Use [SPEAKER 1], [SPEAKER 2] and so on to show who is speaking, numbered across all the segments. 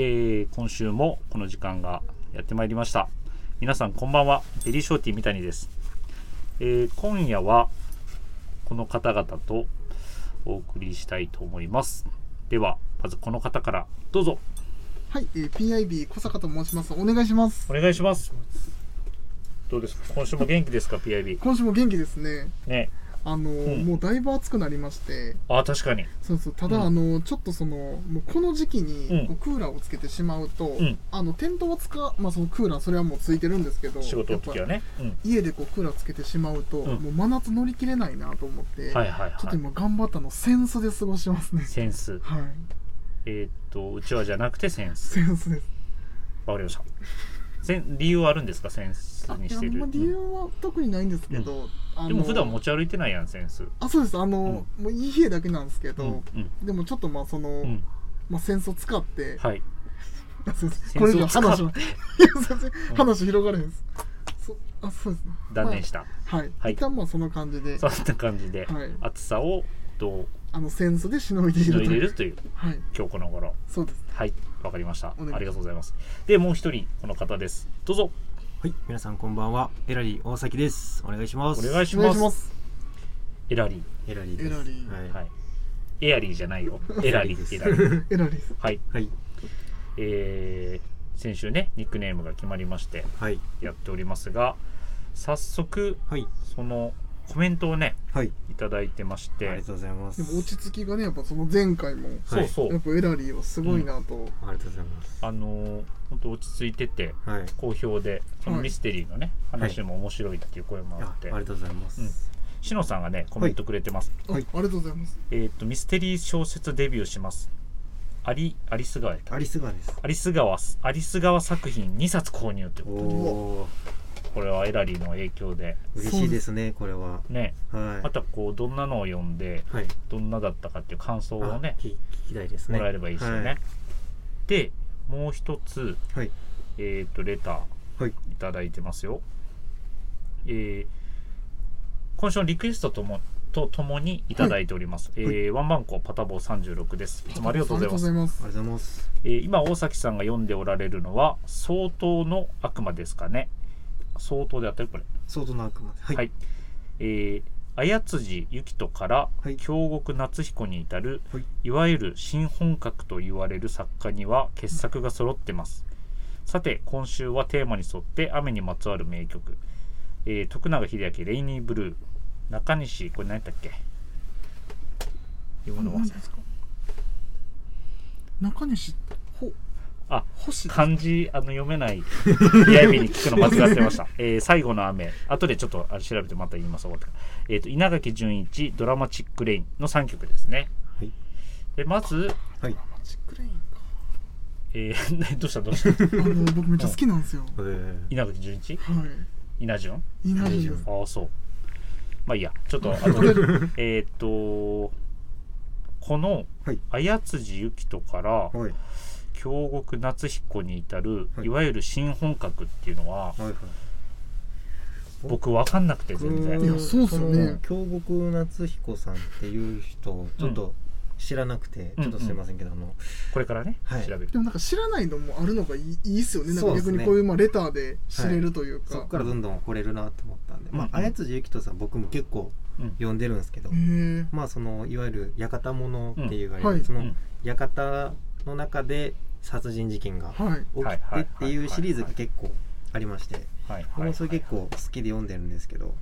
[SPEAKER 1] えー今週もこの時間がやってまいりました皆さんこんばんはベリーショーティー三谷です、えー今夜はこの方々とお送りしたいと思いますではまずこの方からどうぞ
[SPEAKER 2] はい、えー、PIB 小坂と申します。お願いします
[SPEAKER 1] お。願いしますどうですか今週も元気ですか PIB
[SPEAKER 2] 今週も元気ですね。
[SPEAKER 1] ね
[SPEAKER 2] あのー、
[SPEAKER 1] うん
[SPEAKER 2] もうだいぶ暑くなりまして、
[SPEAKER 1] あー確かに
[SPEAKER 2] そうそう。ただ、
[SPEAKER 1] うん
[SPEAKER 2] あのー、ちょっとその、もうこの時期に、
[SPEAKER 1] うん
[SPEAKER 2] こうクーラーをつけてしまうと、
[SPEAKER 1] ん
[SPEAKER 2] あの、店頭はつか、まあ、そのクーラー、それはもうついてるんですけど、
[SPEAKER 1] 仕事の時
[SPEAKER 2] や
[SPEAKER 1] は
[SPEAKER 2] っ
[SPEAKER 1] ね、うん、
[SPEAKER 2] ぱ家でこうクーラーつけてしまうと、
[SPEAKER 1] うん
[SPEAKER 2] もう真夏乗り切れないなと思って、
[SPEAKER 1] はいはい
[SPEAKER 2] ちょっと
[SPEAKER 1] は
[SPEAKER 2] 今頑張ったの、センスで過ごしてますね
[SPEAKER 1] い。センス
[SPEAKER 2] はい。
[SPEAKER 1] えーっとうちわじゃなくてセンス
[SPEAKER 2] センスです。
[SPEAKER 1] わかりました。せん理由はあるんですかセンスに
[SPEAKER 2] い
[SPEAKER 1] し
[SPEAKER 2] や、
[SPEAKER 1] てる。
[SPEAKER 2] まあ、理由は特にないんですけど、あ
[SPEAKER 1] う
[SPEAKER 2] の
[SPEAKER 1] んで
[SPEAKER 2] ー
[SPEAKER 1] も普段持ち歩いてないやんセンス。
[SPEAKER 2] あ、そうです。あのー、もういい家だけなんですけ
[SPEAKER 1] う
[SPEAKER 2] ど、
[SPEAKER 1] んうん
[SPEAKER 2] でもちょっとまあその、
[SPEAKER 1] うん
[SPEAKER 2] まあ戦争使って、
[SPEAKER 1] はい。
[SPEAKER 2] あすいません
[SPEAKER 1] 戦
[SPEAKER 2] これ以
[SPEAKER 1] 争
[SPEAKER 2] 上
[SPEAKER 1] 使
[SPEAKER 2] 話
[SPEAKER 1] っ
[SPEAKER 2] は
[SPEAKER 1] て
[SPEAKER 2] いやすいません
[SPEAKER 1] ん
[SPEAKER 2] 話広がるんです。そあそうですね。。
[SPEAKER 1] 断念したた。
[SPEAKER 2] はい。
[SPEAKER 1] はい
[SPEAKER 2] 一旦まあそんな感じで、
[SPEAKER 1] そ
[SPEAKER 2] は
[SPEAKER 1] んな感じで
[SPEAKER 2] い。
[SPEAKER 1] 暑さをどう
[SPEAKER 2] あの戦争でしのいでい
[SPEAKER 1] し
[SPEAKER 2] る
[SPEAKER 1] の
[SPEAKER 2] と
[SPEAKER 1] いでいるという
[SPEAKER 2] はい。
[SPEAKER 1] 今日この頃。
[SPEAKER 2] そうです。
[SPEAKER 1] はい。わかりました。あ
[SPEAKER 2] お願いします
[SPEAKER 1] りがとうございます。でもう一人この方です。どうぞ
[SPEAKER 3] はい、皆さんこんばんは。エラリー大崎です。お願いしま
[SPEAKER 1] お
[SPEAKER 3] す。
[SPEAKER 1] 願いし
[SPEAKER 2] お願
[SPEAKER 1] ま
[SPEAKER 2] い
[SPEAKER 1] す。
[SPEAKER 2] します。
[SPEAKER 1] エラリ
[SPEAKER 3] エラリーです。
[SPEAKER 2] エラリー
[SPEAKER 3] はい。
[SPEAKER 1] ー。は。
[SPEAKER 3] はい
[SPEAKER 1] エアリーじゃないよ。エラリー。エ
[SPEAKER 3] エ
[SPEAKER 1] ラ
[SPEAKER 3] ラ
[SPEAKER 1] リ
[SPEAKER 3] リ
[SPEAKER 1] ー。
[SPEAKER 2] エラリーです。
[SPEAKER 1] はい。
[SPEAKER 3] い。
[SPEAKER 1] えー、先週ねニックネームが決まりまして
[SPEAKER 3] はい。
[SPEAKER 1] やっておりますが、早速
[SPEAKER 3] はい。
[SPEAKER 1] そのコメントをね
[SPEAKER 3] はい。
[SPEAKER 1] いただいてまし
[SPEAKER 3] あり
[SPEAKER 1] て、
[SPEAKER 3] がとうございます。
[SPEAKER 2] でも落ち着きがねやっぱその前回も
[SPEAKER 1] そうそう、
[SPEAKER 2] やっぱエラリーはすごいなと、
[SPEAKER 3] ありがとうございます。
[SPEAKER 1] あのー本当落ち着いてて
[SPEAKER 3] はい。
[SPEAKER 1] 好評でそのミステリーのね、
[SPEAKER 3] い
[SPEAKER 1] 話も面白いっていう声もあ
[SPEAKER 3] あ
[SPEAKER 1] っ
[SPEAKER 3] あ
[SPEAKER 1] て、
[SPEAKER 3] りがとうございます。
[SPEAKER 1] しのさんがねコメントくれてます、
[SPEAKER 2] あ
[SPEAKER 3] はい
[SPEAKER 2] ありがとうございます。
[SPEAKER 1] えっ、とミステリー小説デビューしますアリアリス川やった
[SPEAKER 3] アリスガです。
[SPEAKER 1] アリス川アリス川作品2冊購入って
[SPEAKER 3] お
[SPEAKER 1] こ
[SPEAKER 3] おー、
[SPEAKER 1] とこれはエラリーの影響で
[SPEAKER 3] 嬉しいですね、これは。
[SPEAKER 1] ね
[SPEAKER 3] はい。
[SPEAKER 1] またこうどんなのを読んで
[SPEAKER 3] はい。
[SPEAKER 1] どんなだったかっていう感想をね
[SPEAKER 3] あ聞聞きたいですね。
[SPEAKER 1] もらえればいいですよね。でもう一つ、
[SPEAKER 3] はい。
[SPEAKER 1] えっ、とレター
[SPEAKER 3] はい。
[SPEAKER 1] いただいてますよ。えー今週のリクエストともとともにいただいております。えーワンバンコパタボー36です。いつもありがとうございます。
[SPEAKER 2] ありがとうございます
[SPEAKER 3] あ。りがとうございます。
[SPEAKER 1] えー今大崎さんが読んでおられるのは相当の悪魔ですかね。相当であったりこれ。
[SPEAKER 3] 相当の悪魔。は
[SPEAKER 1] はい。えー綾辻ゆきとから、
[SPEAKER 3] はい
[SPEAKER 1] 京極夏彦に至る、
[SPEAKER 3] はいい、
[SPEAKER 1] わゆる新本格と言われる作家には傑作が揃ってます、さて今週はテーマに沿って雨にまつわる名曲、えー徳永英明「レイニーブルー」中西これ何やったっけ読むの忘れた
[SPEAKER 2] 中西ほ
[SPEAKER 1] あ
[SPEAKER 2] 星
[SPEAKER 1] 漢字あの読めない DIB に聞くの間違ってました、えー最後の雨後でちょっとあれ調べてまた言います終わってからえっ、と稲垣潤一ドラマチックレインの3曲ですね
[SPEAKER 3] はい。
[SPEAKER 1] でまず、
[SPEAKER 3] は
[SPEAKER 2] マ
[SPEAKER 3] い。
[SPEAKER 2] ジックレインか。
[SPEAKER 1] えー どうしたどうした
[SPEAKER 2] あの僕めっちゃ好きなんですよ。
[SPEAKER 3] えー
[SPEAKER 1] 稲垣潤一
[SPEAKER 2] はい。
[SPEAKER 1] 稲潤
[SPEAKER 2] いないです。
[SPEAKER 1] ああそうまあいいやち ょっと後でえっとこの
[SPEAKER 3] はい
[SPEAKER 1] 綾辻ゆきとから
[SPEAKER 3] はい。
[SPEAKER 1] 京極夏彦に至る、
[SPEAKER 3] はい
[SPEAKER 1] いわゆる新本格っていうのは
[SPEAKER 3] はい。はい。
[SPEAKER 1] 僕分かんなくて全然
[SPEAKER 2] いやそうっすよね
[SPEAKER 3] 京極夏彦さんっていう人をちょっと知らなくて、
[SPEAKER 1] うん
[SPEAKER 3] ちょっとすいませんけど、あの
[SPEAKER 1] これからね、
[SPEAKER 3] はい
[SPEAKER 1] 調べる
[SPEAKER 2] でもなんか知らないのもあるのがいいいいっすよね。なん
[SPEAKER 3] そ
[SPEAKER 2] か
[SPEAKER 3] うです
[SPEAKER 2] 逆
[SPEAKER 3] ね
[SPEAKER 2] にこういうまあレターで知れるというか。
[SPEAKER 3] そこからどんどん来れるなと思ったんで、ま
[SPEAKER 1] うん
[SPEAKER 3] あ綾辻ゆきとさん僕も結構
[SPEAKER 1] うん
[SPEAKER 3] 読んでるんですけど、
[SPEAKER 2] へえ。
[SPEAKER 3] まあそのいわゆる館物っていう
[SPEAKER 2] うん
[SPEAKER 3] あれ
[SPEAKER 2] はい
[SPEAKER 3] その
[SPEAKER 1] うん
[SPEAKER 3] 館の中で殺人事件が
[SPEAKER 2] はい。
[SPEAKER 3] 起きてっていうシリーズが結構ありまして、
[SPEAKER 1] はい
[SPEAKER 3] 僕もそれ結構好きで読んでるんですけど、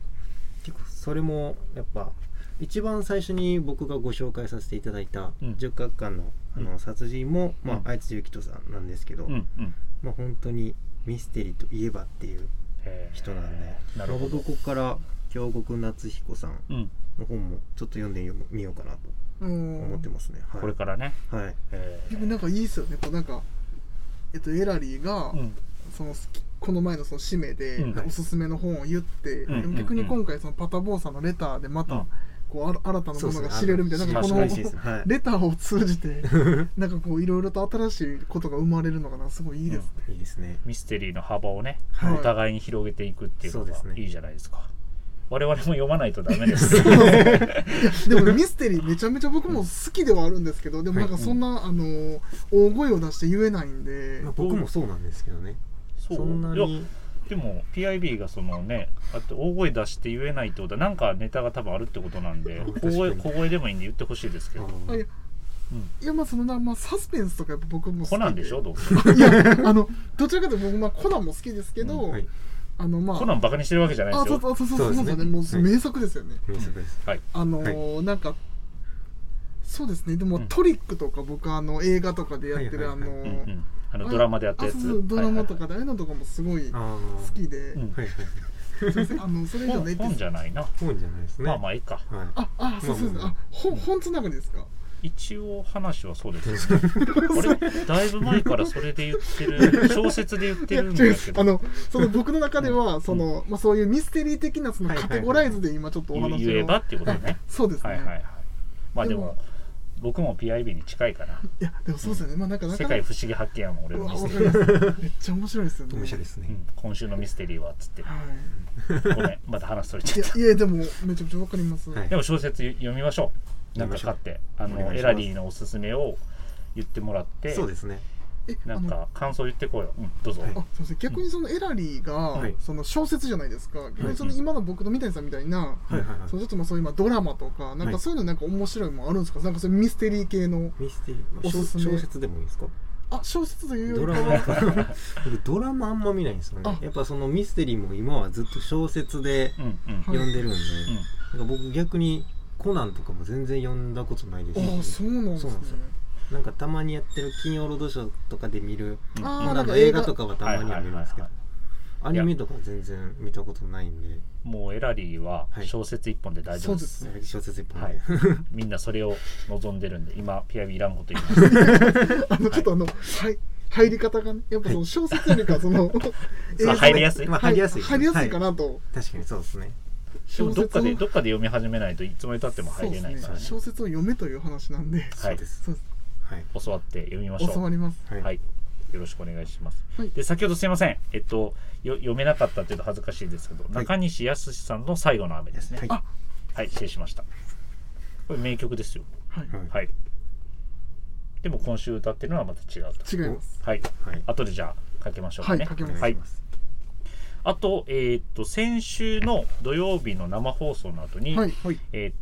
[SPEAKER 3] 結構それもやっぱ一番最初に僕がご紹介させていただいた
[SPEAKER 1] うん
[SPEAKER 3] 十角館のあ
[SPEAKER 1] うん
[SPEAKER 3] の殺人も、ま
[SPEAKER 1] うん
[SPEAKER 3] あ綾辻ゆきとさんなんですけど、
[SPEAKER 1] うんうん
[SPEAKER 3] まあ本当にミステリーといえばっていう
[SPEAKER 1] へー
[SPEAKER 3] 人なんで、
[SPEAKER 1] なるほ
[SPEAKER 3] まあ
[SPEAKER 1] ど
[SPEAKER 3] 僕ここから京極夏彦さん
[SPEAKER 1] うん
[SPEAKER 3] の本もちょっと読んでみようかなと
[SPEAKER 2] うん。
[SPEAKER 3] 思ってますね、はい、
[SPEAKER 1] これからね
[SPEAKER 3] はい
[SPEAKER 1] へー
[SPEAKER 2] でもなんかいいっすよね。こうなんかえっとエラリーが
[SPEAKER 1] うん
[SPEAKER 2] そのこの前のその締めで
[SPEAKER 1] うん
[SPEAKER 2] おすすめの本を言って、
[SPEAKER 1] うん
[SPEAKER 2] でも逆に今回そのパタボーさんのレターでま
[SPEAKER 1] う
[SPEAKER 2] た
[SPEAKER 1] ん
[SPEAKER 2] こうあら新たな
[SPEAKER 3] そ
[SPEAKER 2] も
[SPEAKER 3] うそ
[SPEAKER 2] の
[SPEAKER 3] う
[SPEAKER 2] が知れるみたいななんかこ
[SPEAKER 1] あ
[SPEAKER 2] の
[SPEAKER 1] の
[SPEAKER 3] 嬉しいですはい
[SPEAKER 2] レターを通じ てなんかこういろいろと新しいことが生まれるのがなすごいいいですね。
[SPEAKER 3] いいですね
[SPEAKER 1] ミステリーの幅をね
[SPEAKER 2] はい
[SPEAKER 1] お互いに広げていくっていうの
[SPEAKER 3] そう
[SPEAKER 1] が
[SPEAKER 3] ですね
[SPEAKER 1] いいじゃないですか我々も読まないとダメです。
[SPEAKER 2] でもねミステリーめちゃめちゃ僕も好きではあるんですけどでもなんかそんなあの大声を出して言えないんで
[SPEAKER 3] まあ、僕もそうなんですけどね
[SPEAKER 1] そう
[SPEAKER 3] そんない
[SPEAKER 1] や
[SPEAKER 3] に
[SPEAKER 1] でも PIB がそのねあと大声出して言えないってことはなんかネタが多分あるってことなんで
[SPEAKER 3] うん
[SPEAKER 1] 小声
[SPEAKER 3] 確か
[SPEAKER 1] 小
[SPEAKER 3] に
[SPEAKER 1] 声でもいいんで言ってほしいですけ
[SPEAKER 3] あ
[SPEAKER 1] ど、
[SPEAKER 2] あいや
[SPEAKER 3] ー
[SPEAKER 1] うん、
[SPEAKER 2] いやまあそのな、まあ、サスペンスとかやっぱ僕も好き
[SPEAKER 1] コナンでしょどうせ
[SPEAKER 2] いやあのどちらかというと僕、まあ、コナンも好きですけど、
[SPEAKER 3] はい
[SPEAKER 2] あのまあ
[SPEAKER 1] コナンバカにしてるわけじゃないで
[SPEAKER 2] あ
[SPEAKER 1] す
[SPEAKER 2] そう
[SPEAKER 1] よ
[SPEAKER 2] そうそうそう
[SPEAKER 3] そ
[SPEAKER 2] そう
[SPEAKER 3] うです
[SPEAKER 2] で
[SPEAKER 3] ね
[SPEAKER 2] すねも
[SPEAKER 3] は
[SPEAKER 2] う
[SPEAKER 3] い
[SPEAKER 2] 名作ですよね、
[SPEAKER 3] 名作です
[SPEAKER 1] はい
[SPEAKER 2] あのーなんかそうですねでも、
[SPEAKER 1] うん
[SPEAKER 2] トリックとか僕あの映画とかでやってる、
[SPEAKER 3] はいはいはい
[SPEAKER 1] うん
[SPEAKER 2] あ
[SPEAKER 1] う
[SPEAKER 2] のー
[SPEAKER 1] んあのドラマでやったや
[SPEAKER 2] あ
[SPEAKER 1] つ
[SPEAKER 2] そうそうドラマと
[SPEAKER 1] は
[SPEAKER 2] か
[SPEAKER 1] い
[SPEAKER 2] でああいうのとかもすごい好
[SPEAKER 3] あー
[SPEAKER 2] きで、
[SPEAKER 1] うん
[SPEAKER 3] はいはい
[SPEAKER 2] すいません あのそれ以
[SPEAKER 1] はい
[SPEAKER 2] 上
[SPEAKER 1] はい
[SPEAKER 2] ね
[SPEAKER 1] 本本じゃないな、
[SPEAKER 3] 本じゃないですね
[SPEAKER 1] まあまあいいか
[SPEAKER 3] はい
[SPEAKER 2] ああそうそうそうあ本本つながりですか
[SPEAKER 1] 一応話はそうですよね俺だいぶ前からそれで言ってる小説で言ってるんだ
[SPEAKER 2] 違う
[SPEAKER 1] け
[SPEAKER 2] あ
[SPEAKER 1] ど
[SPEAKER 2] のその僕の中ではその、まあ、そういうミステリー的なその
[SPEAKER 3] はいは
[SPEAKER 2] カ
[SPEAKER 3] い
[SPEAKER 2] テゴライズで今ちょっとお話を、
[SPEAKER 1] 言言えばっていうことね
[SPEAKER 2] そうですね、
[SPEAKER 1] はいはいはいまあで
[SPEAKER 2] で
[SPEAKER 1] も
[SPEAKER 2] も
[SPEAKER 1] 僕も PIB に近いかない
[SPEAKER 2] やでもそうですよね、まあなんかな
[SPEAKER 1] 世
[SPEAKER 2] か
[SPEAKER 1] 界不思議発見も俺
[SPEAKER 2] う
[SPEAKER 1] の
[SPEAKER 2] わ
[SPEAKER 1] ミス
[SPEAKER 2] わ
[SPEAKER 1] テ
[SPEAKER 2] か
[SPEAKER 1] リ
[SPEAKER 2] り
[SPEAKER 1] ー
[SPEAKER 2] ますめっちゃ面白いですよね
[SPEAKER 3] 面白いですね、
[SPEAKER 1] うん今週のミステリーはっつっ て
[SPEAKER 2] は
[SPEAKER 1] ごめんまた話それ
[SPEAKER 2] い
[SPEAKER 1] ち
[SPEAKER 2] い
[SPEAKER 1] ゃった
[SPEAKER 2] やいやでもめちゃめちゃわかります、
[SPEAKER 3] はい
[SPEAKER 1] でも小説読みましょうなんか買ってあ
[SPEAKER 3] お願いし
[SPEAKER 1] の
[SPEAKER 3] ます
[SPEAKER 1] エラリーのおすすめを言ってもらって
[SPEAKER 3] そうですね
[SPEAKER 2] え
[SPEAKER 1] な
[SPEAKER 2] あ
[SPEAKER 1] ん
[SPEAKER 2] の
[SPEAKER 1] か感想言ってこうようんどうぞ
[SPEAKER 3] はい
[SPEAKER 2] あすいません逆にそのエラリーが、
[SPEAKER 3] はい
[SPEAKER 2] その小説じゃないですか、逆にその
[SPEAKER 1] うん
[SPEAKER 2] 今の僕の三谷さんみたいな、
[SPEAKER 3] はいはいはい
[SPEAKER 2] そのちょっとまあそういうまあドラマとかなん
[SPEAKER 3] は
[SPEAKER 2] か
[SPEAKER 3] い
[SPEAKER 2] そういうのなんか面白いもんあるんですか、なんかそういうミステリー系の
[SPEAKER 3] ミステリー、まあ
[SPEAKER 2] おすすめ
[SPEAKER 3] 小小説でもいいですか
[SPEAKER 2] あ小説というよ
[SPEAKER 3] ド
[SPEAKER 2] り
[SPEAKER 3] ラ
[SPEAKER 2] か
[SPEAKER 3] マ
[SPEAKER 2] は
[SPEAKER 3] 僕ドラマあんま見ないんですよね
[SPEAKER 2] あ
[SPEAKER 3] やっぱそのミステリーも今はずっと小説で
[SPEAKER 1] うんうん
[SPEAKER 2] はい
[SPEAKER 3] 読んでる
[SPEAKER 1] う
[SPEAKER 3] んで、
[SPEAKER 1] ん
[SPEAKER 3] なんか僕逆にコナンとかも全然読んだことないで
[SPEAKER 2] あ
[SPEAKER 3] すし
[SPEAKER 2] そうなんです
[SPEAKER 3] そう
[SPEAKER 2] ね
[SPEAKER 3] なんですよなんかたまにやってる金曜ロードショーとかで見る
[SPEAKER 1] うん
[SPEAKER 2] あー
[SPEAKER 3] コナン
[SPEAKER 2] なん
[SPEAKER 3] の
[SPEAKER 2] か映
[SPEAKER 3] 映
[SPEAKER 2] 画
[SPEAKER 3] 画とかはたまには見ますけど
[SPEAKER 1] はい
[SPEAKER 3] アニメとかは全然見たことないんで
[SPEAKER 1] もうエラリーは
[SPEAKER 3] はい
[SPEAKER 1] 小説一本で大丈夫で
[SPEAKER 2] そうですす
[SPEAKER 3] 小説一本
[SPEAKER 1] は
[SPEAKER 3] で
[SPEAKER 1] いみんなそれを望んでるんで今 PIB いらんこと言います
[SPEAKER 2] あのちょっとあの、はい、入り方がねやっぱその小説よりか その映像
[SPEAKER 1] あ
[SPEAKER 2] で
[SPEAKER 1] 入りやすい
[SPEAKER 3] まあ
[SPEAKER 2] は
[SPEAKER 3] 入りやすい
[SPEAKER 2] 入りやすいか
[SPEAKER 3] は
[SPEAKER 2] なと、
[SPEAKER 3] い確かにそうですね
[SPEAKER 1] でもどっかで
[SPEAKER 2] 小説
[SPEAKER 1] ど
[SPEAKER 2] を
[SPEAKER 1] っかで読み始めないといつまでたっても入れないからね
[SPEAKER 2] そうですね小説を読めという話なんで、
[SPEAKER 1] は
[SPEAKER 3] そ
[SPEAKER 1] いう
[SPEAKER 3] です
[SPEAKER 2] そうです
[SPEAKER 3] はい
[SPEAKER 1] 教わって読みましょう
[SPEAKER 2] 教わります
[SPEAKER 3] はい、
[SPEAKER 1] はい、よろしくお願いします。
[SPEAKER 2] はい
[SPEAKER 1] で先ほどすいません、えっとよ読めなかったというと恥ずかしいですけど、
[SPEAKER 3] い
[SPEAKER 1] 中西康さんの最後の雨ですね。
[SPEAKER 3] はい
[SPEAKER 1] はい、失礼しました。これ名曲ですよ。
[SPEAKER 2] はい、
[SPEAKER 3] はい
[SPEAKER 1] はい。でも今週歌ってるのはまた違うと。
[SPEAKER 2] 違います
[SPEAKER 1] はい。
[SPEAKER 3] はい
[SPEAKER 1] 後でじゃあかけましょうかね。
[SPEAKER 2] はいかけ
[SPEAKER 3] お願いし
[SPEAKER 1] はい
[SPEAKER 3] ます
[SPEAKER 1] あとえーっと先週の土曜日の生放送の後に、
[SPEAKER 2] はいはい
[SPEAKER 1] えーっと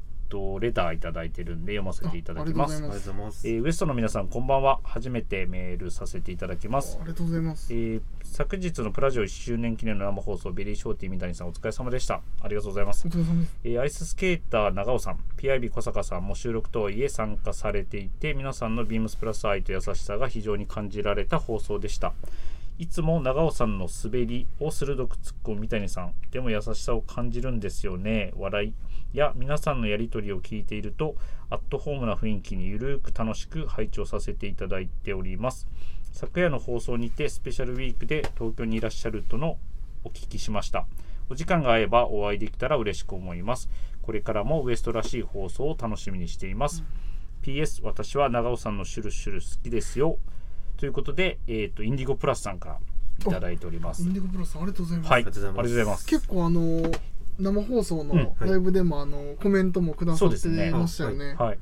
[SPEAKER 1] レターいただいてるんで読ませていただきま
[SPEAKER 2] あありがとうござい
[SPEAKER 1] す。
[SPEAKER 2] ます
[SPEAKER 3] ありがとうございます
[SPEAKER 1] えーウエストの皆さんこんばんは。初めてメールさせていただきます
[SPEAKER 2] あ。りがとうございます
[SPEAKER 1] えー昨日のプラジオ1周年記念の生放送、ビリー・ショーティー三谷さん、お疲れ様でした。ありがとうございます
[SPEAKER 2] お。疲れ様です
[SPEAKER 1] えーアイススケーター長尾さん、PIB 小坂さんも収録とはいえ参加されていて、皆さんのビームスプラス愛と優しさが非常に感じられた放送でした。いつも長尾さんの滑りを鋭く突っ込む三谷さん、でも優しさを感じるんですよね、笑い。や皆さんのやりとりを聞いていると、アットホームな雰囲気にゆるく楽しく拝聴させていただいております。昨夜の放送にてスペシャルウィークで東京にいらっしゃるとのお聞きしました。お時間が合えばお会いできたら嬉しく思います。これからもウエストらしい放送を楽しみにしています。PS、私は長尾さんのシュルシュル好きですよ。ということで、えっ、と、インディゴプラスさんからいただいております
[SPEAKER 2] イ。ンディゴプロさんありがとうございます、
[SPEAKER 1] はい、あり
[SPEAKER 3] が
[SPEAKER 1] が
[SPEAKER 3] と
[SPEAKER 1] とう
[SPEAKER 3] うご
[SPEAKER 1] ご
[SPEAKER 3] ざ
[SPEAKER 1] ざ
[SPEAKER 3] い
[SPEAKER 1] い
[SPEAKER 3] ま
[SPEAKER 1] ますす。
[SPEAKER 2] 結構あの生放送
[SPEAKER 1] うん
[SPEAKER 2] の
[SPEAKER 3] はい
[SPEAKER 2] ライブでもあのコメントもくださ
[SPEAKER 1] そう
[SPEAKER 2] っ
[SPEAKER 1] です
[SPEAKER 2] て
[SPEAKER 1] ね
[SPEAKER 2] ましたよね
[SPEAKER 1] はい、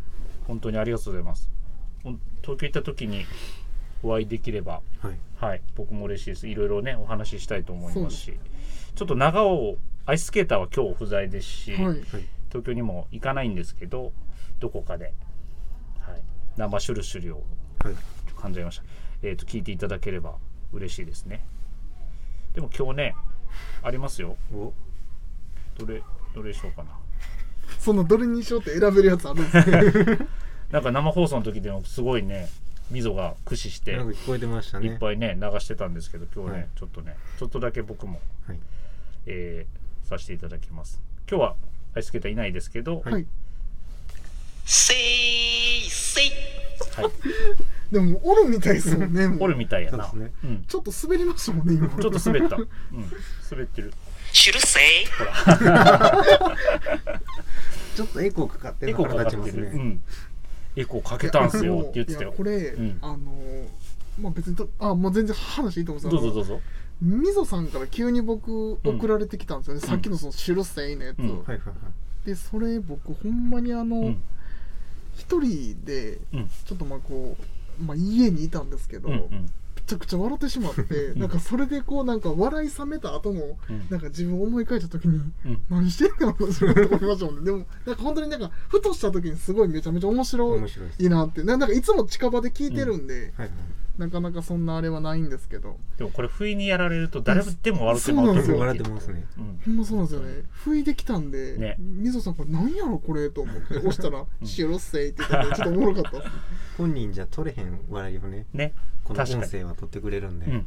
[SPEAKER 1] 本当にありがとうございます。ほん東京行った時にお会いできれば、
[SPEAKER 3] はい
[SPEAKER 1] はい、僕も嬉しいです。いろいろね、お話ししたいと思います
[SPEAKER 2] そ
[SPEAKER 1] し、ちょっと長尾、アイススケーターは今日不在ですし、
[SPEAKER 2] はい、
[SPEAKER 3] はい
[SPEAKER 1] 東京にも行かないんですけどどこかで、はい、生シュルシュルを
[SPEAKER 3] はい
[SPEAKER 1] 感じました、えー、と聞いていただければ嬉しいですねでも今日ねありますよ
[SPEAKER 3] お
[SPEAKER 1] どれどれでしようかな
[SPEAKER 2] そのどれにしようって選べるやつあるんですね
[SPEAKER 1] なんか生放送の時でもすごいね溝が駆使して
[SPEAKER 3] なんか聞こえてました
[SPEAKER 1] い
[SPEAKER 3] ね
[SPEAKER 1] っぱいね流してたんですけど今日ね、
[SPEAKER 3] はい
[SPEAKER 1] ちょっとねちょっとだけ僕も、
[SPEAKER 3] はい
[SPEAKER 1] えーさせていただきます今日はアイスケーターいないですけど、
[SPEAKER 2] はい
[SPEAKER 4] Say, say.
[SPEAKER 1] はい、
[SPEAKER 2] でももうおるみたいですもんねもう
[SPEAKER 1] おるみたいやな
[SPEAKER 3] そうですね
[SPEAKER 1] うん、
[SPEAKER 2] ちょっと滑りましたもんね今
[SPEAKER 1] ちょっと滑った、うん、滑ってる
[SPEAKER 4] Should say.
[SPEAKER 3] ちょっとエコーかかって
[SPEAKER 1] エ
[SPEAKER 3] る
[SPEAKER 1] コ
[SPEAKER 3] の
[SPEAKER 1] ーかかって
[SPEAKER 3] ま
[SPEAKER 1] る、
[SPEAKER 3] すね、
[SPEAKER 1] うん、エコーかけたんすよって言ってた
[SPEAKER 2] いや
[SPEAKER 1] よ
[SPEAKER 2] これ、
[SPEAKER 1] うん
[SPEAKER 2] あのまあ別にとあもう全然話いいと思うんです
[SPEAKER 1] どうぞどうぞ
[SPEAKER 2] あみぞさんから急に僕
[SPEAKER 1] うん
[SPEAKER 2] 送られてきたんですよね、さっきのその「シュルセイ」のやつ、
[SPEAKER 1] うん
[SPEAKER 3] はいはいはい
[SPEAKER 2] でそれ僕ほんまにあ
[SPEAKER 1] う
[SPEAKER 2] の
[SPEAKER 1] ん
[SPEAKER 2] 一、人で
[SPEAKER 1] うん
[SPEAKER 2] ちょっとまあこう、まあ、家にいたんですけど、
[SPEAKER 1] うんうん
[SPEAKER 2] めちゃくちゃ笑ってしまって、
[SPEAKER 1] ん
[SPEAKER 2] なんかそれでこうなんか笑い冷めた後の
[SPEAKER 1] うん
[SPEAKER 2] なんか自分を思い返した時に
[SPEAKER 1] うん
[SPEAKER 2] 何してんの自分って思いましたもんねでもなんか本当になんかふとした時にすごいめちゃめちゃ面白
[SPEAKER 3] 面白いです
[SPEAKER 2] いなってななんかいつも近場で聞いてるんで、
[SPEAKER 3] はいはい
[SPEAKER 2] なかなかそんなあれはないんですけど
[SPEAKER 1] でもこれ不意にやられると誰でも笑ってまうと
[SPEAKER 2] そ
[SPEAKER 1] 思
[SPEAKER 2] う
[SPEAKER 1] う
[SPEAKER 3] 笑ってますね
[SPEAKER 1] うん
[SPEAKER 2] ほんまそうなんですよね不意できたんで、
[SPEAKER 1] ね
[SPEAKER 2] みぞさんこれ何やろこれと思って押したら「
[SPEAKER 1] ん
[SPEAKER 2] シロッセイ」って言ったんでちょっとおもろかったっす
[SPEAKER 3] 本人じゃ取れへん笑いをね
[SPEAKER 1] ね
[SPEAKER 3] この音声は取ってくれるんで、
[SPEAKER 1] うん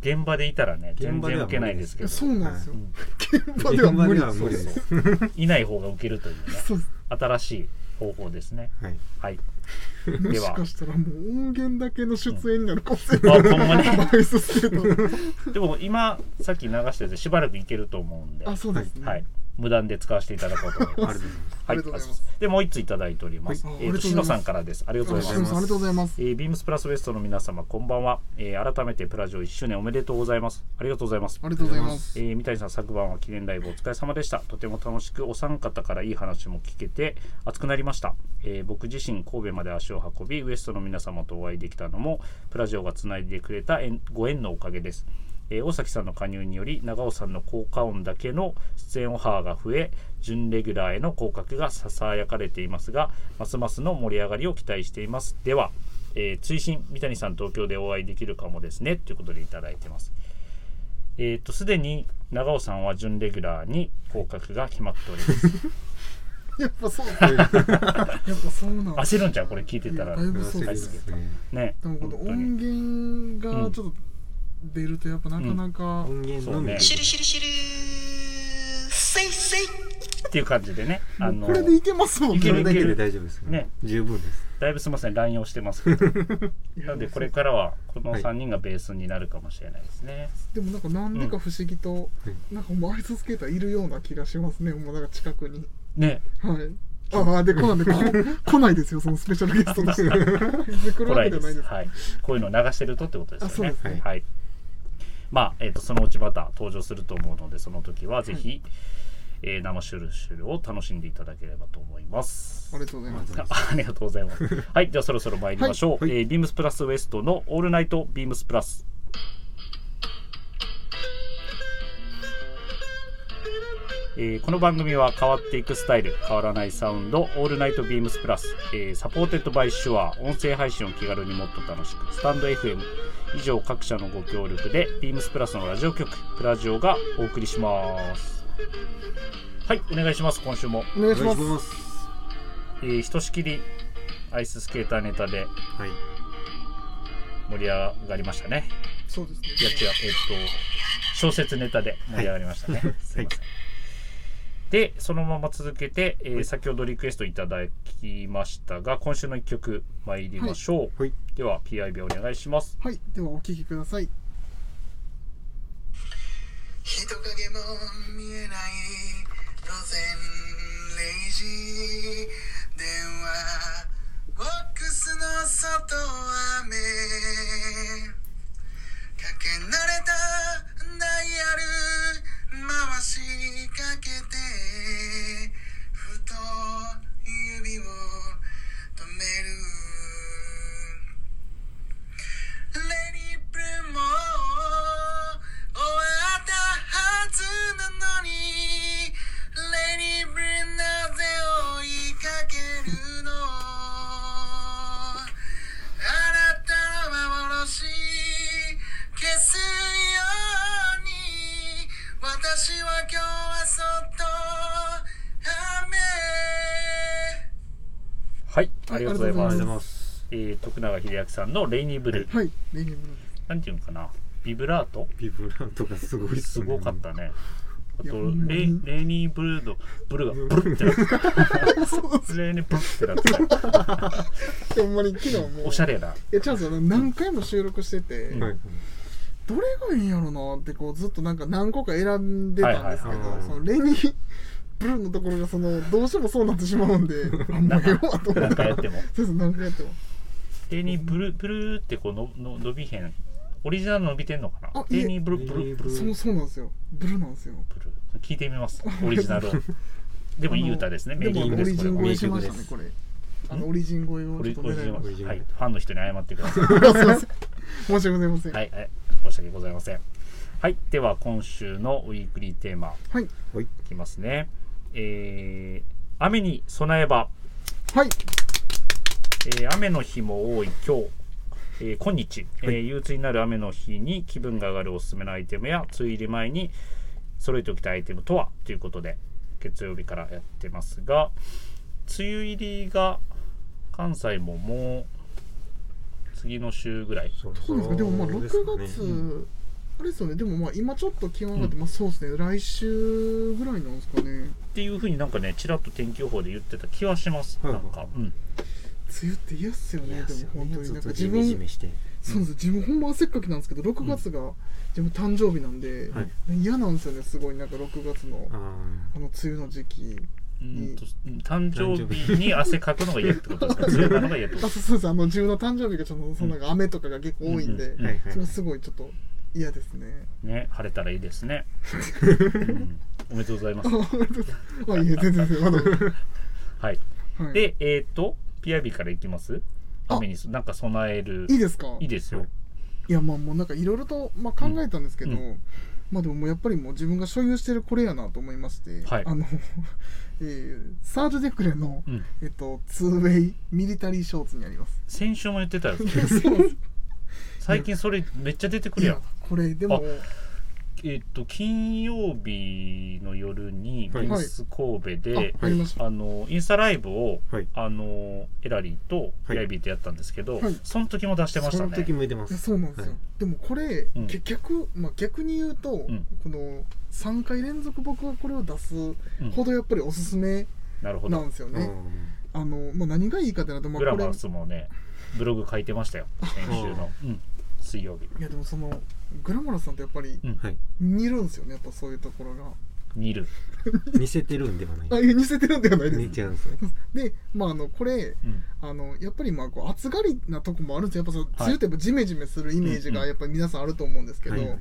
[SPEAKER 1] 現場でいたらね全
[SPEAKER 3] 現場で
[SPEAKER 1] 然
[SPEAKER 3] は
[SPEAKER 1] 受けないですけ
[SPEAKER 2] い や
[SPEAKER 1] ど
[SPEAKER 2] そうなんですよ、
[SPEAKER 1] うん
[SPEAKER 2] 現場では無理
[SPEAKER 3] 現場では無理です
[SPEAKER 2] そう
[SPEAKER 1] いない方が受けるというね
[SPEAKER 2] そうです
[SPEAKER 1] 新しい方法ですね
[SPEAKER 3] はい
[SPEAKER 1] はい
[SPEAKER 2] も
[SPEAKER 1] で
[SPEAKER 2] し
[SPEAKER 1] は
[SPEAKER 2] かしたらもう音源だけの出演になるかもしれ
[SPEAKER 1] あ
[SPEAKER 2] ない、
[SPEAKER 1] ほんまに
[SPEAKER 2] アイススケート
[SPEAKER 1] でも今さっき流しててしばらくいけると思うんで
[SPEAKER 2] あそうですね、
[SPEAKER 1] はい無断で使わせていただこうと思います
[SPEAKER 3] あるで
[SPEAKER 1] は
[SPEAKER 2] あ
[SPEAKER 1] い、
[SPEAKER 2] りがとうございます
[SPEAKER 1] で、もう一ついただいております。
[SPEAKER 2] はい
[SPEAKER 1] え
[SPEAKER 2] ああり
[SPEAKER 1] っ
[SPEAKER 2] が
[SPEAKER 1] と、
[SPEAKER 2] とうございま
[SPEAKER 1] し
[SPEAKER 2] す
[SPEAKER 1] のさんからです。ありがとうござい
[SPEAKER 2] あ
[SPEAKER 1] ます。
[SPEAKER 2] シロさんありがとうございます
[SPEAKER 1] えービームスプラスウエストの皆様、こんばんは。えー改めてプラジオ1周年おめでとうございます。ありがとうございます
[SPEAKER 2] あ。りがとうございます
[SPEAKER 1] えー三谷さん昨晩は記念ライブお疲れ様でしたとても楽しくお三方からいい話も聞けて熱くなりました、えー僕自身神戸まで足を運びウエストの皆様とお会いできたのもプラジオがつないでくれた縁ご縁のおかげです、えー大崎さんの加入により長尾さんの効果音だけの出演オファーが増え準レギュラーへの降格がささやかれていますがますますの盛り上がりを期待していますでは、えー追伸三谷さん東京でお会いできるかもですねということでいただいてますえっ、と、すでに長尾さんは準レギュラーに降格が決まっております。
[SPEAKER 2] やっぱそうだやっぱそうなんだ
[SPEAKER 1] 焦るんちゃうこれ聞いてたら
[SPEAKER 2] いやだいぶ
[SPEAKER 3] す
[SPEAKER 2] そう
[SPEAKER 3] ね
[SPEAKER 2] です
[SPEAKER 1] は
[SPEAKER 2] で
[SPEAKER 1] い
[SPEAKER 3] ね
[SPEAKER 1] ね。
[SPEAKER 2] もこ
[SPEAKER 1] 本
[SPEAKER 2] の
[SPEAKER 1] 当に
[SPEAKER 2] 音源がちょっと出るとやっぱなかなか、
[SPEAKER 3] 音源のみで
[SPEAKER 1] そう
[SPEAKER 4] シルシルシルせいせい
[SPEAKER 1] っていう感じでね、あの
[SPEAKER 2] こ、れでいけますもん
[SPEAKER 1] いけ
[SPEAKER 3] そ
[SPEAKER 1] る
[SPEAKER 3] れ
[SPEAKER 1] い
[SPEAKER 3] だけで大丈夫ですよ
[SPEAKER 1] ね
[SPEAKER 3] 十分です
[SPEAKER 1] だいぶすみません、乱用してますけど。
[SPEAKER 2] いや
[SPEAKER 1] なので、これからは、この
[SPEAKER 3] はい
[SPEAKER 1] 3人がベースになるかもしれないですね。
[SPEAKER 2] でもなんかなんでか不思議と、なんかもうアイススケーターいるような気がしますねもうなんか近くに
[SPEAKER 1] ね、
[SPEAKER 2] はいああでこなんでこ 来ないですよそのスペシャルゲストとしてで来る
[SPEAKER 1] 来
[SPEAKER 2] わ
[SPEAKER 1] な
[SPEAKER 2] け
[SPEAKER 1] い
[SPEAKER 2] じ
[SPEAKER 1] で
[SPEAKER 2] ゃない
[SPEAKER 1] す。
[SPEAKER 2] です
[SPEAKER 1] はい。こういうのを流してるとってことで
[SPEAKER 2] あ
[SPEAKER 1] す
[SPEAKER 2] そ
[SPEAKER 1] よ
[SPEAKER 2] う
[SPEAKER 1] ね
[SPEAKER 2] で。すね
[SPEAKER 1] はい。まあ、えっ、と、そのうちまた登場すると思うので、その時はぜひ、えー生シュルシュルを楽しんでいただければと思います。
[SPEAKER 2] ありがとうございます
[SPEAKER 1] あ ありがとうございます。はい、ではそろそろ参りましょう。
[SPEAKER 3] はいはい
[SPEAKER 1] えービームスプラスウエストのオールナイトビームスプラス。えーこの番組は変わっていくスタイル変わらないサウンドオールナイトビームスプラス、えーサポーテッドバイシュア音声配信を気軽にもっと楽しくスタンド FM 以上各社のご協力でビームスプラスのラジオ局プラジオがお送りしますはいお願いします今週も
[SPEAKER 2] お願い
[SPEAKER 3] お
[SPEAKER 2] し
[SPEAKER 3] 願
[SPEAKER 2] ま
[SPEAKER 3] い
[SPEAKER 2] す
[SPEAKER 3] します
[SPEAKER 1] えーひとしきりアイススケーターネタで
[SPEAKER 3] はい
[SPEAKER 1] 盛り上がりましたね。
[SPEAKER 2] そうですね
[SPEAKER 1] いや違う、えっと、小説ネタで盛り上がりましたね。すいません。で、そのまま続けて、えー先ほどリクエストいただきましたが、今週の一曲参りましょう。
[SPEAKER 3] はい
[SPEAKER 1] では、PIB お願いします。
[SPEAKER 2] はいではお聴きください
[SPEAKER 4] 人影も見えない午前0時電話ボックスの外雨かけ慣れたダイヤル回しかけてふと指を止めるレリプも終わったはずなのにレリプなぜ追いかけるのあなたの幻消すように私は今日はそっと雨
[SPEAKER 1] はい、ありがとうございま
[SPEAKER 3] あ
[SPEAKER 1] す。
[SPEAKER 3] りがとうございます
[SPEAKER 1] えー徳永英明さんのレイニーブルー。
[SPEAKER 2] はいレニムの
[SPEAKER 1] なんていうのかな、ビブラート
[SPEAKER 3] ビブラートがすごいっす
[SPEAKER 1] す
[SPEAKER 3] ね
[SPEAKER 1] ごかったね。あ
[SPEAKER 2] いや
[SPEAKER 1] と
[SPEAKER 2] ほん、ま
[SPEAKER 1] レ
[SPEAKER 2] に
[SPEAKER 1] イレイニーブルーのブルーがブルってなってた。レイニーブルってなってた。
[SPEAKER 2] ほんまに昨日もう
[SPEAKER 1] おしゃれな。
[SPEAKER 2] いや違うんですよ何回も収録してて、
[SPEAKER 1] うん
[SPEAKER 3] はい
[SPEAKER 2] どれがいいんやろなってこうずっとなんか何個か選んでたんですけど、
[SPEAKER 3] はいはいはい
[SPEAKER 2] そのレニーブルーのところがそのどうしてもそうなってしまうんであんまりようと思っ
[SPEAKER 1] 何
[SPEAKER 2] て
[SPEAKER 1] 回やっても。
[SPEAKER 2] そうです何回やっても
[SPEAKER 1] 手にブルブルーってこうのの伸びへんオリジナル伸びてんのかな
[SPEAKER 2] あいえ
[SPEAKER 1] レニーブルブルブル
[SPEAKER 2] そうそうなんですよブルーなんですよ
[SPEAKER 1] ブル聞いてみますオリジナルをでもいい歌ですね
[SPEAKER 2] で
[SPEAKER 1] 名
[SPEAKER 2] も
[SPEAKER 1] 曲
[SPEAKER 2] オ
[SPEAKER 1] で
[SPEAKER 2] リ
[SPEAKER 1] すこれ
[SPEAKER 2] ジン
[SPEAKER 1] は
[SPEAKER 2] 超えしましたね
[SPEAKER 3] 名曲です
[SPEAKER 2] これあのオリジン超え
[SPEAKER 1] オ
[SPEAKER 2] をちょっ
[SPEAKER 1] リ
[SPEAKER 2] と
[SPEAKER 1] オリジ
[SPEAKER 2] 狙いま
[SPEAKER 3] オ
[SPEAKER 2] し
[SPEAKER 3] リ
[SPEAKER 1] ナル
[SPEAKER 3] ジナ
[SPEAKER 1] は
[SPEAKER 3] ル
[SPEAKER 1] いファンの人に謝ってください
[SPEAKER 2] たすいません申し訳ございません
[SPEAKER 1] はい、はい、申し訳ございませんはいでは今週のウィークリーテーマ
[SPEAKER 2] はい
[SPEAKER 1] いきますねえー雨に備えば、
[SPEAKER 2] はい
[SPEAKER 1] えー雨の日も多い今日えー今日、えー憂鬱になる雨の日に気分が上がるおすすめのアイテムや梅雨入り前に揃えておきたいアイテムとはということで月曜日からやってますが梅雨入りが関西ももう次の週ぐらい
[SPEAKER 3] そう
[SPEAKER 2] そうですかでもまあ
[SPEAKER 3] ですか
[SPEAKER 2] 6
[SPEAKER 3] ね
[SPEAKER 2] 月、
[SPEAKER 3] うん
[SPEAKER 2] あれですよねでもまあ今ちょっと気温上がって、まあそうですね来週ぐらいなんですか
[SPEAKER 1] っ
[SPEAKER 2] ね
[SPEAKER 1] ていうふうになんかねちらっと天気予報で言ってた気はします、
[SPEAKER 3] はい
[SPEAKER 1] なんか、うん、
[SPEAKER 2] 梅雨って嫌っすよ
[SPEAKER 3] い
[SPEAKER 2] ね
[SPEAKER 3] や
[SPEAKER 2] でも本当に
[SPEAKER 3] ず
[SPEAKER 2] なんか
[SPEAKER 3] っと
[SPEAKER 2] 自
[SPEAKER 3] ジ
[SPEAKER 2] 分
[SPEAKER 3] メジメして
[SPEAKER 2] そうです自分ほんま汗っかきなんですけど6月が自分誕生日なんで、
[SPEAKER 3] はい
[SPEAKER 2] 嫌なんですよねすごいなんか6月の
[SPEAKER 3] あ
[SPEAKER 2] あの梅雨の時期
[SPEAKER 1] うーんとうん誕生日に汗かくのが嫌ってことですか
[SPEAKER 2] 誕生日
[SPEAKER 1] 梅雨なのが嫌って
[SPEAKER 2] あ
[SPEAKER 1] こ
[SPEAKER 2] そう
[SPEAKER 1] と
[SPEAKER 2] そうですあの自分の誕生日がちょっとそのなんか雨とかが結構多いんで、
[SPEAKER 1] うん
[SPEAKER 3] ーはいはい
[SPEAKER 2] それすごいちょっと嫌ですね
[SPEAKER 1] ね晴れたらいいですね、うんおめでとうございま
[SPEAKER 2] あ
[SPEAKER 1] す
[SPEAKER 2] 本当ですあいえ全然全然まだ、
[SPEAKER 1] はい
[SPEAKER 2] はい、
[SPEAKER 1] でえっ、と PIB からいきます
[SPEAKER 2] あ
[SPEAKER 1] 雨にそなんか備える
[SPEAKER 2] いいですか
[SPEAKER 1] いいですよ、
[SPEAKER 2] いやまあもうなんかいろいろと、まあ、考えたんですけど、
[SPEAKER 1] うんう
[SPEAKER 2] まあでももうやっぱりもう自分が所有してるこれやなと思いまして、
[SPEAKER 1] はい
[SPEAKER 2] あの、 えーサージュ・デクレの、
[SPEAKER 1] うん、
[SPEAKER 2] えっと、ツーウェイミリタリーショーツにあります。
[SPEAKER 1] 先週も言ってたよ
[SPEAKER 2] そう
[SPEAKER 1] 最近それめっちゃ出てく
[SPEAKER 2] い
[SPEAKER 1] るや
[SPEAKER 2] や
[SPEAKER 1] ん
[SPEAKER 2] これでも
[SPEAKER 1] えっ、と金曜日の夜に
[SPEAKER 3] は
[SPEAKER 1] ビ
[SPEAKER 3] い
[SPEAKER 1] ンス神戸で、
[SPEAKER 2] あありました、
[SPEAKER 1] あのインスタライブを、
[SPEAKER 3] はい
[SPEAKER 1] あのエラリーと
[SPEAKER 3] はい
[SPEAKER 1] PIB とやったんですけど、
[SPEAKER 2] はい
[SPEAKER 1] その時も出してました
[SPEAKER 3] その
[SPEAKER 1] ね
[SPEAKER 3] 時。向いてま
[SPEAKER 2] いや
[SPEAKER 3] す
[SPEAKER 2] そうなんですよ、
[SPEAKER 3] はい
[SPEAKER 2] でもこれ、
[SPEAKER 1] うん
[SPEAKER 2] 結局、まあ、逆に言うと、
[SPEAKER 1] ん
[SPEAKER 2] この3回連続僕がこれを出す
[SPEAKER 1] うん
[SPEAKER 2] ほどやっぱりおすすめ
[SPEAKER 1] なるほ
[SPEAKER 2] な
[SPEAKER 1] ど。
[SPEAKER 2] んですよ
[SPEAKER 3] う
[SPEAKER 2] ね、
[SPEAKER 3] ん
[SPEAKER 2] あの、まあ、何がいいかってなると、ま
[SPEAKER 1] グ
[SPEAKER 2] あ、
[SPEAKER 1] ラ
[SPEAKER 2] これ
[SPEAKER 1] マースもね、ブログ書いてましたよ、先週の、うん水曜日。
[SPEAKER 2] いやでもそのグラマラさんってやっぱり
[SPEAKER 1] うん
[SPEAKER 3] はい
[SPEAKER 2] 似るんですよねやっぱそういうところが
[SPEAKER 1] にいる。
[SPEAKER 3] 似せてるんではない
[SPEAKER 2] あいや似せてるんではないです、
[SPEAKER 3] ね違うんですね
[SPEAKER 2] でまああのこれ
[SPEAKER 1] うん
[SPEAKER 2] あのやっぱりまあこう暑がりなとこもあるんですよやっぱその梅
[SPEAKER 1] はい
[SPEAKER 2] 雨ってやっぱジメジメするイメージ
[SPEAKER 1] うんう
[SPEAKER 2] が
[SPEAKER 1] ん
[SPEAKER 2] やっぱり皆さんあると思うんですけど、
[SPEAKER 3] はいはい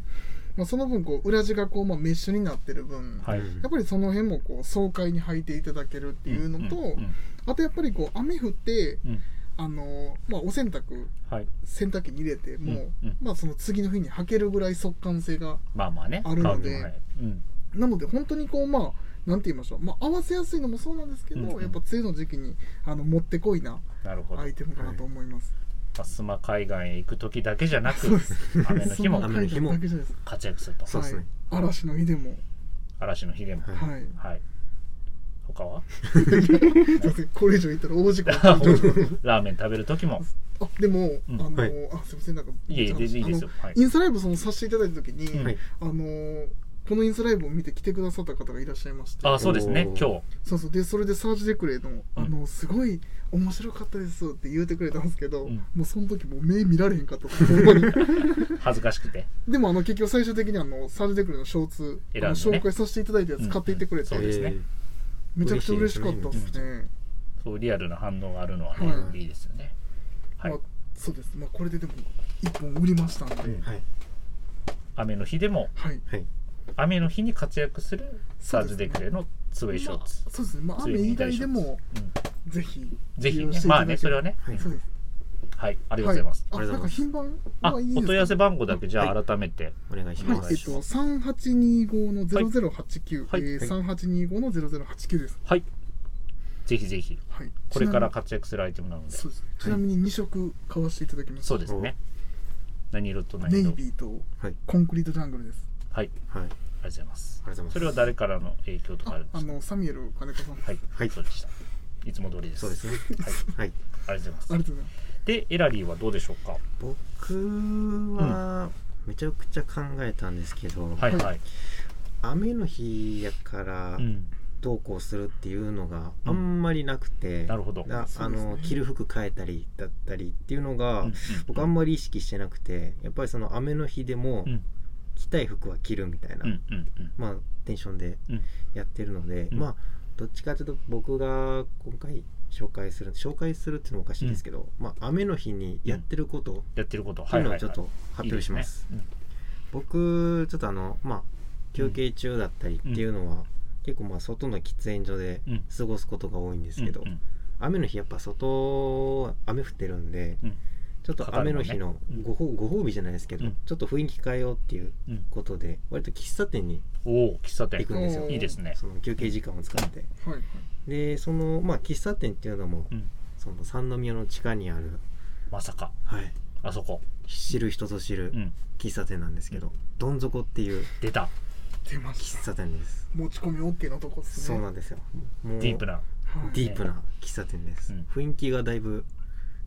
[SPEAKER 2] まあ、その分こう裏地がこう、まあ、メッシュになってる分、
[SPEAKER 1] はい。
[SPEAKER 3] うん
[SPEAKER 2] やっぱりその辺もこう爽快に履いていただけるっていうのと、
[SPEAKER 1] んうん
[SPEAKER 2] あとやっぱりこう雨降って
[SPEAKER 1] うん
[SPEAKER 2] あの、まあ、お洗濯
[SPEAKER 1] はい。
[SPEAKER 2] 洗濯機に入れてもう、
[SPEAKER 1] うんうん
[SPEAKER 2] まあ、その次の日に履けるぐらい速乾性が
[SPEAKER 1] まあまあね。
[SPEAKER 2] あるの
[SPEAKER 1] 乾
[SPEAKER 2] で
[SPEAKER 1] きも早いうん
[SPEAKER 2] なので本当にこうまあなんて言いましょう、まあ、合わせやすいのもそうなんですけど、
[SPEAKER 1] うんうん
[SPEAKER 2] やっぱ梅雨の時期にあのもってこいな
[SPEAKER 1] なるほど。
[SPEAKER 2] アイテムかなと思います。
[SPEAKER 1] まあスマ海岸へ行く時だけじゃなく
[SPEAKER 2] そうで、す。
[SPEAKER 1] 雨の日も
[SPEAKER 2] そ
[SPEAKER 3] 雨
[SPEAKER 2] の海
[SPEAKER 3] の日
[SPEAKER 2] 岸
[SPEAKER 3] も
[SPEAKER 2] だけじゃないです。
[SPEAKER 1] 活躍すると。
[SPEAKER 3] そうですね
[SPEAKER 2] はい、嵐の日でも、
[SPEAKER 1] 嵐の日でも。
[SPEAKER 3] はい
[SPEAKER 2] はい。
[SPEAKER 1] はい。他 は
[SPEAKER 2] すいませんこれ以上言ったら大事故。あ、
[SPEAKER 1] ラーメン食べる時も。
[SPEAKER 2] でも、
[SPEAKER 1] うん
[SPEAKER 2] あの、
[SPEAKER 3] はい
[SPEAKER 2] あ、すみません、なんか。
[SPEAKER 1] いえいえ、
[SPEAKER 2] あの
[SPEAKER 1] 全然いいですよ。はい
[SPEAKER 2] イ。ンスタライブそのさせていただいた時に、
[SPEAKER 1] うん
[SPEAKER 3] はい
[SPEAKER 2] あの、このインスタライブを見て来てくださった方がいらっしゃいまして。
[SPEAKER 1] あ、そうですね。今
[SPEAKER 2] そうそうでそれでサージ・デクレイの「あのすごい面白かったです」って言うてくれたんですけど、
[SPEAKER 1] うん
[SPEAKER 2] もうその時もう目見られへんかったですほんまに
[SPEAKER 1] 日、恥ずかしくて。
[SPEAKER 2] でもあの結局最終的にあのサージ・デクレイのショーツ、
[SPEAKER 1] 選んで
[SPEAKER 2] あ
[SPEAKER 1] ね
[SPEAKER 2] の紹介させていただいたやつ買っていってくれて、
[SPEAKER 1] うんそうですね
[SPEAKER 2] めちゃくちゃ嬉しかったですね、
[SPEAKER 1] そうリアルな反応があるのはね、、
[SPEAKER 2] はい
[SPEAKER 3] い
[SPEAKER 1] いですよね。はい
[SPEAKER 2] まあ、そうですまあこれででも1本売りましたんで、
[SPEAKER 1] うん
[SPEAKER 3] はい
[SPEAKER 1] 雨の日でも
[SPEAKER 2] はい
[SPEAKER 3] はい
[SPEAKER 1] 雨の日に活躍するサーズデクレのツーウェイショーツ、
[SPEAKER 2] まあそうですねまあ
[SPEAKER 1] ツーウェイ
[SPEAKER 2] 雨以
[SPEAKER 1] ミリタリー
[SPEAKER 2] 外
[SPEAKER 1] ショー
[SPEAKER 2] で
[SPEAKER 1] ツ
[SPEAKER 2] も
[SPEAKER 1] うん
[SPEAKER 2] ぜひ
[SPEAKER 1] ぜひ
[SPEAKER 2] 利用
[SPEAKER 1] ね
[SPEAKER 2] していた
[SPEAKER 1] ま
[SPEAKER 2] だけ
[SPEAKER 1] あねそれはね
[SPEAKER 3] はい
[SPEAKER 2] そうです
[SPEAKER 1] はいあ
[SPEAKER 2] あ
[SPEAKER 1] りがとうございます、
[SPEAKER 2] は
[SPEAKER 3] あ
[SPEAKER 2] い、
[SPEAKER 3] り
[SPEAKER 2] あな
[SPEAKER 3] がと
[SPEAKER 2] ん
[SPEAKER 3] う
[SPEAKER 2] か
[SPEAKER 3] ござい
[SPEAKER 2] 品番は
[SPEAKER 1] あ
[SPEAKER 2] いいです
[SPEAKER 1] お
[SPEAKER 2] か
[SPEAKER 1] 問い合わせ番号だけじゃ
[SPEAKER 3] は
[SPEAKER 1] あ改めて、
[SPEAKER 3] お願いし
[SPEAKER 2] はい
[SPEAKER 1] お
[SPEAKER 3] ま
[SPEAKER 1] 願
[SPEAKER 2] え
[SPEAKER 1] い
[SPEAKER 2] っ
[SPEAKER 1] し
[SPEAKER 2] と、
[SPEAKER 1] ま
[SPEAKER 2] 3825の0089、
[SPEAKER 1] はい
[SPEAKER 2] えー3825の0089です。
[SPEAKER 1] はいぜひぜひ
[SPEAKER 2] はい。
[SPEAKER 1] これから
[SPEAKER 2] ちな
[SPEAKER 1] 活躍するアイテムなので
[SPEAKER 2] みにそうですね。ちなみに2色買わせていただきました。
[SPEAKER 1] そうですね何色と何
[SPEAKER 2] ネイ
[SPEAKER 1] 色
[SPEAKER 2] ビーと
[SPEAKER 3] はい
[SPEAKER 2] コンクリートジャングルです。
[SPEAKER 1] はい
[SPEAKER 3] はいありがと
[SPEAKER 1] ありがとうございます
[SPEAKER 3] うございます
[SPEAKER 1] それは誰からの影響とかある
[SPEAKER 2] あ
[SPEAKER 1] んです
[SPEAKER 2] あ
[SPEAKER 1] か
[SPEAKER 2] の、サミュエル金子さん。
[SPEAKER 1] はい、
[SPEAKER 3] はい
[SPEAKER 1] そうでしたいつも通りです
[SPEAKER 3] そうですね
[SPEAKER 1] はい、
[SPEAKER 3] はい
[SPEAKER 1] ありがとうござ
[SPEAKER 2] あ
[SPEAKER 1] い
[SPEAKER 2] り
[SPEAKER 1] ま
[SPEAKER 2] が
[SPEAKER 1] す
[SPEAKER 2] とうございます。
[SPEAKER 1] でエラリーはどうでしょうか
[SPEAKER 3] 僕はめちゃくちゃ考えたんですけど、
[SPEAKER 1] はいはい、
[SPEAKER 3] 雨の日やから
[SPEAKER 1] うん
[SPEAKER 3] どうこうするっていうのがあんまりなくて、
[SPEAKER 1] なるほど、
[SPEAKER 3] な
[SPEAKER 2] そう
[SPEAKER 3] あ
[SPEAKER 2] ですね
[SPEAKER 3] の着る服変えたりだったりっていうのが、
[SPEAKER 1] うんうん
[SPEAKER 3] 僕あんまり意識してなくてやっぱりその雨の日でも
[SPEAKER 1] うん
[SPEAKER 3] 着たい服は着るみたいな、
[SPEAKER 1] うんうんうん
[SPEAKER 3] まあ、テンションで
[SPEAKER 1] うん
[SPEAKER 3] やってるので、
[SPEAKER 1] うん
[SPEAKER 3] まあどっちかというと僕が今回紹介する紹介するっていうのもおかしいですけど、まあ、雨の日にやってることっ
[SPEAKER 1] やってること、
[SPEAKER 3] て
[SPEAKER 1] はいいう
[SPEAKER 3] の
[SPEAKER 1] は
[SPEAKER 3] を
[SPEAKER 1] い、
[SPEAKER 3] ち
[SPEAKER 1] は
[SPEAKER 3] ょ
[SPEAKER 1] い
[SPEAKER 3] っと発表します。
[SPEAKER 1] いいで
[SPEAKER 3] 僕ちょっとあのまあ休憩中だったりっていうのは、結構まあ外の喫煙所で
[SPEAKER 1] うん
[SPEAKER 3] 過ごすことが多いんです
[SPEAKER 1] すね
[SPEAKER 3] けど、
[SPEAKER 1] うんうん
[SPEAKER 3] 雨の日やっぱ外雨降ってるんで、
[SPEAKER 1] うん
[SPEAKER 3] ちょっと雨の日の
[SPEAKER 1] かかるもんね
[SPEAKER 3] ご褒ご褒美じゃないですけど、
[SPEAKER 1] うん
[SPEAKER 3] ちょっと雰囲気変えようっていう
[SPEAKER 1] うん
[SPEAKER 3] ことで割と喫茶店に
[SPEAKER 1] おお、喫茶店
[SPEAKER 3] 行くんですよ
[SPEAKER 2] おー
[SPEAKER 1] いいですね。
[SPEAKER 3] その休憩時間を使って、
[SPEAKER 2] はいはい
[SPEAKER 3] でそのまあ喫茶店っていうのも、
[SPEAKER 1] うん
[SPEAKER 3] その三宮の地下にある、
[SPEAKER 1] まさか、
[SPEAKER 3] はい、
[SPEAKER 1] あそこ、
[SPEAKER 3] 知る人ぞ知る
[SPEAKER 1] うん、
[SPEAKER 3] 喫茶店なんですけど、どん底っていう
[SPEAKER 1] 出た、
[SPEAKER 2] 出まし
[SPEAKER 3] 喫
[SPEAKER 2] た
[SPEAKER 3] 茶店です、
[SPEAKER 2] 持ち込み OK のとこっすね
[SPEAKER 3] そうなんですよもう
[SPEAKER 1] ディープな。
[SPEAKER 2] はい
[SPEAKER 3] ディープな喫茶店です、
[SPEAKER 1] うん
[SPEAKER 3] 雰囲気がだいぶ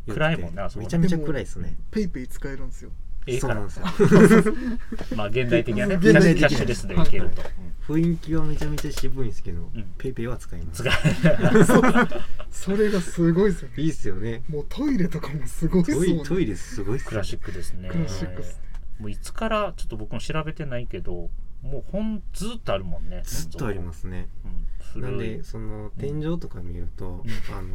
[SPEAKER 3] 良くて
[SPEAKER 1] 暗いもんねあそこね
[SPEAKER 3] めちゃめちゃ暗いですね
[SPEAKER 2] ペイペイ使えるんですよ
[SPEAKER 1] ええ
[SPEAKER 3] そう
[SPEAKER 1] か
[SPEAKER 3] なん
[SPEAKER 1] ら
[SPEAKER 3] ですよ
[SPEAKER 1] まあ現代的なね、キ
[SPEAKER 2] 現
[SPEAKER 1] ャ
[SPEAKER 2] 代
[SPEAKER 1] ッ
[SPEAKER 2] 的
[SPEAKER 1] キャ
[SPEAKER 2] な
[SPEAKER 1] ッシュレスでいけると。
[SPEAKER 3] 雰囲気はめちゃめちゃ渋いんですけど、
[SPEAKER 1] ん
[SPEAKER 3] ペイペイは使います
[SPEAKER 1] 使え
[SPEAKER 2] それがすごいですよね
[SPEAKER 3] いいっすよね
[SPEAKER 2] もうトイレとかもすごいです
[SPEAKER 3] ト
[SPEAKER 2] もん
[SPEAKER 3] イ
[SPEAKER 2] ね
[SPEAKER 3] トイレすごいっす
[SPEAKER 1] クラシックですね。
[SPEAKER 2] クラシックっすね
[SPEAKER 1] もういつからちょっと僕も調べてないけど、もうほんずっとあるもんね。。
[SPEAKER 3] ずっとありますすね
[SPEAKER 1] うん、古
[SPEAKER 3] なん
[SPEAKER 1] い
[SPEAKER 3] でその天井とか見ると、あの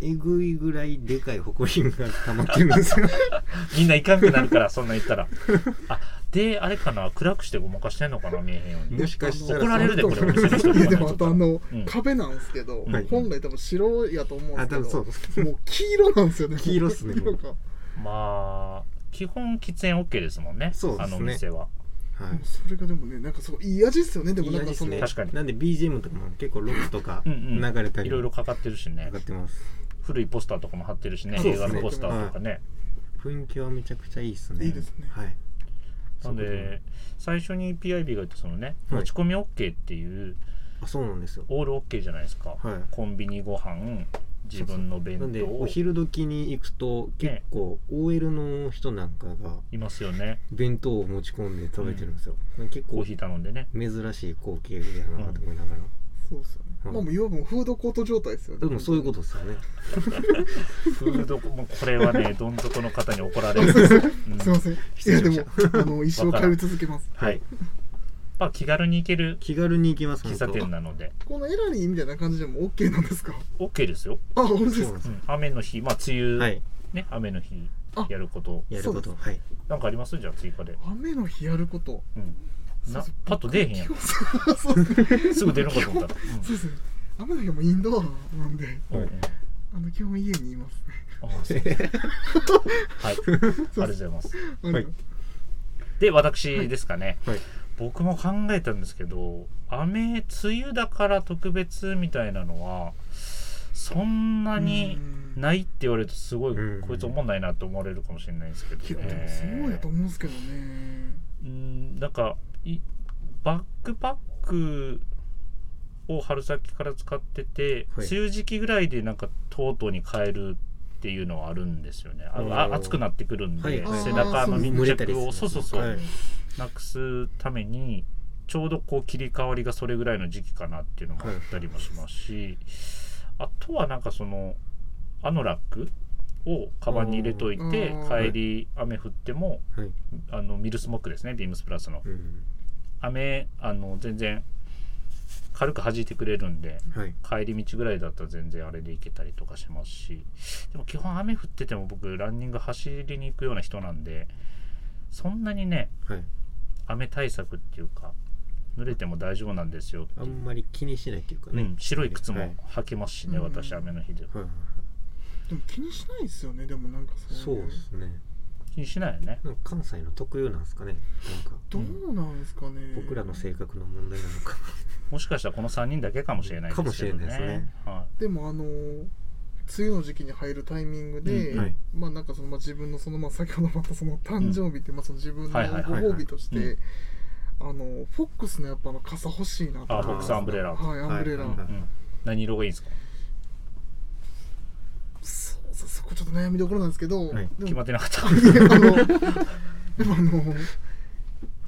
[SPEAKER 3] えぐいぐらいでかいホコリが溜まってるんで すよ
[SPEAKER 1] みんな行かんくなるからそんな言っ たら。あであれかな暗くしてごまかしてんのかな見えへんように。
[SPEAKER 3] もしかしたら
[SPEAKER 1] 怒られるでこれお店の人
[SPEAKER 2] ト
[SPEAKER 1] に
[SPEAKER 2] イレでまたあの、
[SPEAKER 1] うん
[SPEAKER 2] 壁なんですけど、
[SPEAKER 1] はい
[SPEAKER 2] 本来多分白やと思うんで
[SPEAKER 3] あ
[SPEAKER 2] すけ
[SPEAKER 3] 多分そう
[SPEAKER 2] ど、もう黄色なんですよね
[SPEAKER 3] 黄色っすね
[SPEAKER 2] 色がも
[SPEAKER 1] まあ基本喫煙 OK ですもんね。
[SPEAKER 3] そうですね
[SPEAKER 1] あの店は。
[SPEAKER 3] はいう
[SPEAKER 2] それがでもねなんかすごいいい味っすよねでも
[SPEAKER 3] いい
[SPEAKER 2] なん
[SPEAKER 3] 味
[SPEAKER 2] か
[SPEAKER 3] っ
[SPEAKER 2] そ
[SPEAKER 3] す
[SPEAKER 2] の
[SPEAKER 3] ね
[SPEAKER 1] 確かに
[SPEAKER 3] なんで BGM とかも結構ロックとか
[SPEAKER 1] うんうん
[SPEAKER 3] 流れたり
[SPEAKER 1] いろいろかかってるしね
[SPEAKER 3] かか。ってます
[SPEAKER 1] 古いポスターとかも貼ってるしね。
[SPEAKER 3] そ
[SPEAKER 1] 映
[SPEAKER 3] うですね
[SPEAKER 1] 画のポスターとかね。
[SPEAKER 3] 雰囲気はめちゃくちゃいいっすね
[SPEAKER 2] いいですね
[SPEAKER 3] はい
[SPEAKER 1] なんで最初に PIB が言ったそのね、
[SPEAKER 3] はい
[SPEAKER 1] 持ち込み OK っていう
[SPEAKER 3] あそうなんですよ
[SPEAKER 1] オール OK じゃないですか、
[SPEAKER 3] はい
[SPEAKER 1] コンビニご飯自分の弁
[SPEAKER 3] なんで
[SPEAKER 1] 当
[SPEAKER 3] お昼時に行くと結構 OL の人なんかが
[SPEAKER 1] いますよね
[SPEAKER 3] 弁当を持ち込んで食べてるんですよ、結
[SPEAKER 1] コー
[SPEAKER 3] 構
[SPEAKER 1] ヒー頼んで ね
[SPEAKER 3] 珍しい光景だなと思いながら、
[SPEAKER 2] そうっすよね、
[SPEAKER 3] うん
[SPEAKER 2] まあもういわばもうフードコート状態ですよね
[SPEAKER 3] でもそういうことですよね
[SPEAKER 1] フードもうこれは ねどん底の方に怒られる、うん
[SPEAKER 2] すいませんい
[SPEAKER 3] 失
[SPEAKER 2] や
[SPEAKER 3] 礼し
[SPEAKER 2] で
[SPEAKER 3] まし
[SPEAKER 2] も
[SPEAKER 3] た
[SPEAKER 2] あの一生通い続けます
[SPEAKER 1] はいまあ気軽に行ける
[SPEAKER 3] 気軽に行きます
[SPEAKER 1] 喫茶
[SPEAKER 3] 本当
[SPEAKER 1] 店なので
[SPEAKER 2] このエラリーみたいな感じでも OK なん ですか
[SPEAKER 1] OK ですよ、
[SPEAKER 2] あ本当で
[SPEAKER 3] そ
[SPEAKER 2] すか
[SPEAKER 3] うなんです
[SPEAKER 1] う
[SPEAKER 3] よ
[SPEAKER 1] ん雨の日まあ梅雨、
[SPEAKER 3] はい
[SPEAKER 1] ね雨の日
[SPEAKER 2] あ
[SPEAKER 1] やること
[SPEAKER 3] やるこ
[SPEAKER 2] そ
[SPEAKER 3] と
[SPEAKER 2] う
[SPEAKER 3] はい
[SPEAKER 1] なんかありますじゃあ追加で、
[SPEAKER 2] 雨の日やること
[SPEAKER 1] うん、な
[SPEAKER 2] そうそう
[SPEAKER 1] パッと出えへんやん
[SPEAKER 2] 僕今日そうそうそう
[SPEAKER 1] すぐ出るのかと思ったら、
[SPEAKER 2] そうですね雨の日はもうインドアなんで
[SPEAKER 1] うんうんうん
[SPEAKER 2] あの基本家にいますね
[SPEAKER 1] あそうはいありがとうございます
[SPEAKER 2] あの
[SPEAKER 3] はい
[SPEAKER 1] で私ですかね、
[SPEAKER 3] はい
[SPEAKER 1] 僕も考えたんですけど雨梅雨だから特別みたいなのはそんなに
[SPEAKER 2] うん
[SPEAKER 1] ないって言われるとすごい
[SPEAKER 3] うん
[SPEAKER 1] こいつ思んないなって思われるかもしれないんですけ
[SPEAKER 2] いや
[SPEAKER 1] ど
[SPEAKER 2] でもそうや
[SPEAKER 1] ね
[SPEAKER 2] と思うんですけどね
[SPEAKER 1] うんなんかいバックパックを春先から使ってて、
[SPEAKER 3] はい
[SPEAKER 1] 梅雨時期ぐらいでなんかとうとうに変えるっていうのはあるんですよねあのあ
[SPEAKER 3] おー
[SPEAKER 1] 暑くなってくるんで、
[SPEAKER 3] はいはい
[SPEAKER 1] 背中の
[SPEAKER 3] 蒸
[SPEAKER 1] 密
[SPEAKER 3] れたり
[SPEAKER 1] 着
[SPEAKER 3] する
[SPEAKER 1] をそうそうそう、
[SPEAKER 3] はい
[SPEAKER 1] なくすためにちょうどこう切り替わりがそれぐらいの時期かなっていうのもあったりもしますし、あとはなんかそのあのラックをカバンに入れといて
[SPEAKER 2] うん
[SPEAKER 1] 帰り雨降っても
[SPEAKER 3] はい、
[SPEAKER 1] あのミルスモックですねビームスプラスの
[SPEAKER 3] うん
[SPEAKER 1] 雨あの全然軽く弾いてくれるんで
[SPEAKER 3] はい、
[SPEAKER 1] 帰り道ぐらいだったら全然あれで行けたりとかしますしでも基本雨降ってても僕ランニング走りに行くような人なんでそんなにね
[SPEAKER 3] はい、
[SPEAKER 1] 雨対策っていうか濡れても大丈夫なんですよ
[SPEAKER 3] あんまり気にしないっていうか
[SPEAKER 1] う
[SPEAKER 3] ね、
[SPEAKER 1] ん、白い靴
[SPEAKER 3] は
[SPEAKER 1] も
[SPEAKER 3] い
[SPEAKER 1] 履けますしね、
[SPEAKER 2] うん
[SPEAKER 1] 私雨の日で
[SPEAKER 3] はい、
[SPEAKER 2] でも気にしないですよねでもなんか
[SPEAKER 3] そう
[SPEAKER 2] い
[SPEAKER 3] ですね
[SPEAKER 1] 気にしないよね
[SPEAKER 3] なんか関西の特有なんですかねなんか
[SPEAKER 2] どうなんですかね
[SPEAKER 3] 僕らの性格の問題なのか
[SPEAKER 1] もしかしたらこの3人だけかもしれないですけどね
[SPEAKER 3] かもしれないですね
[SPEAKER 1] は
[SPEAKER 2] でもあの梅雨の時期に入るタイミングで、
[SPEAKER 1] うん
[SPEAKER 3] はい
[SPEAKER 2] まあなんかその、まあ、自分のその、まあ、先ほどまたその誕生日って、まあその自分のご
[SPEAKER 1] はいはいはい
[SPEAKER 3] はい
[SPEAKER 2] 褒美とし
[SPEAKER 1] う
[SPEAKER 2] てあのフォックスのやっぱあの傘欲しいなと
[SPEAKER 1] あ
[SPEAKER 2] は
[SPEAKER 1] フォックスアンブレラ、
[SPEAKER 2] いアンブレラ、
[SPEAKER 3] はいはい
[SPEAKER 1] うん、何色がいいんですか
[SPEAKER 2] そうそうそこちょっと悩みどころなんですけど、
[SPEAKER 3] はい
[SPEAKER 2] で
[SPEAKER 1] 決ま
[SPEAKER 2] も
[SPEAKER 1] ってなかった
[SPEAKER 2] いやあの でもあの今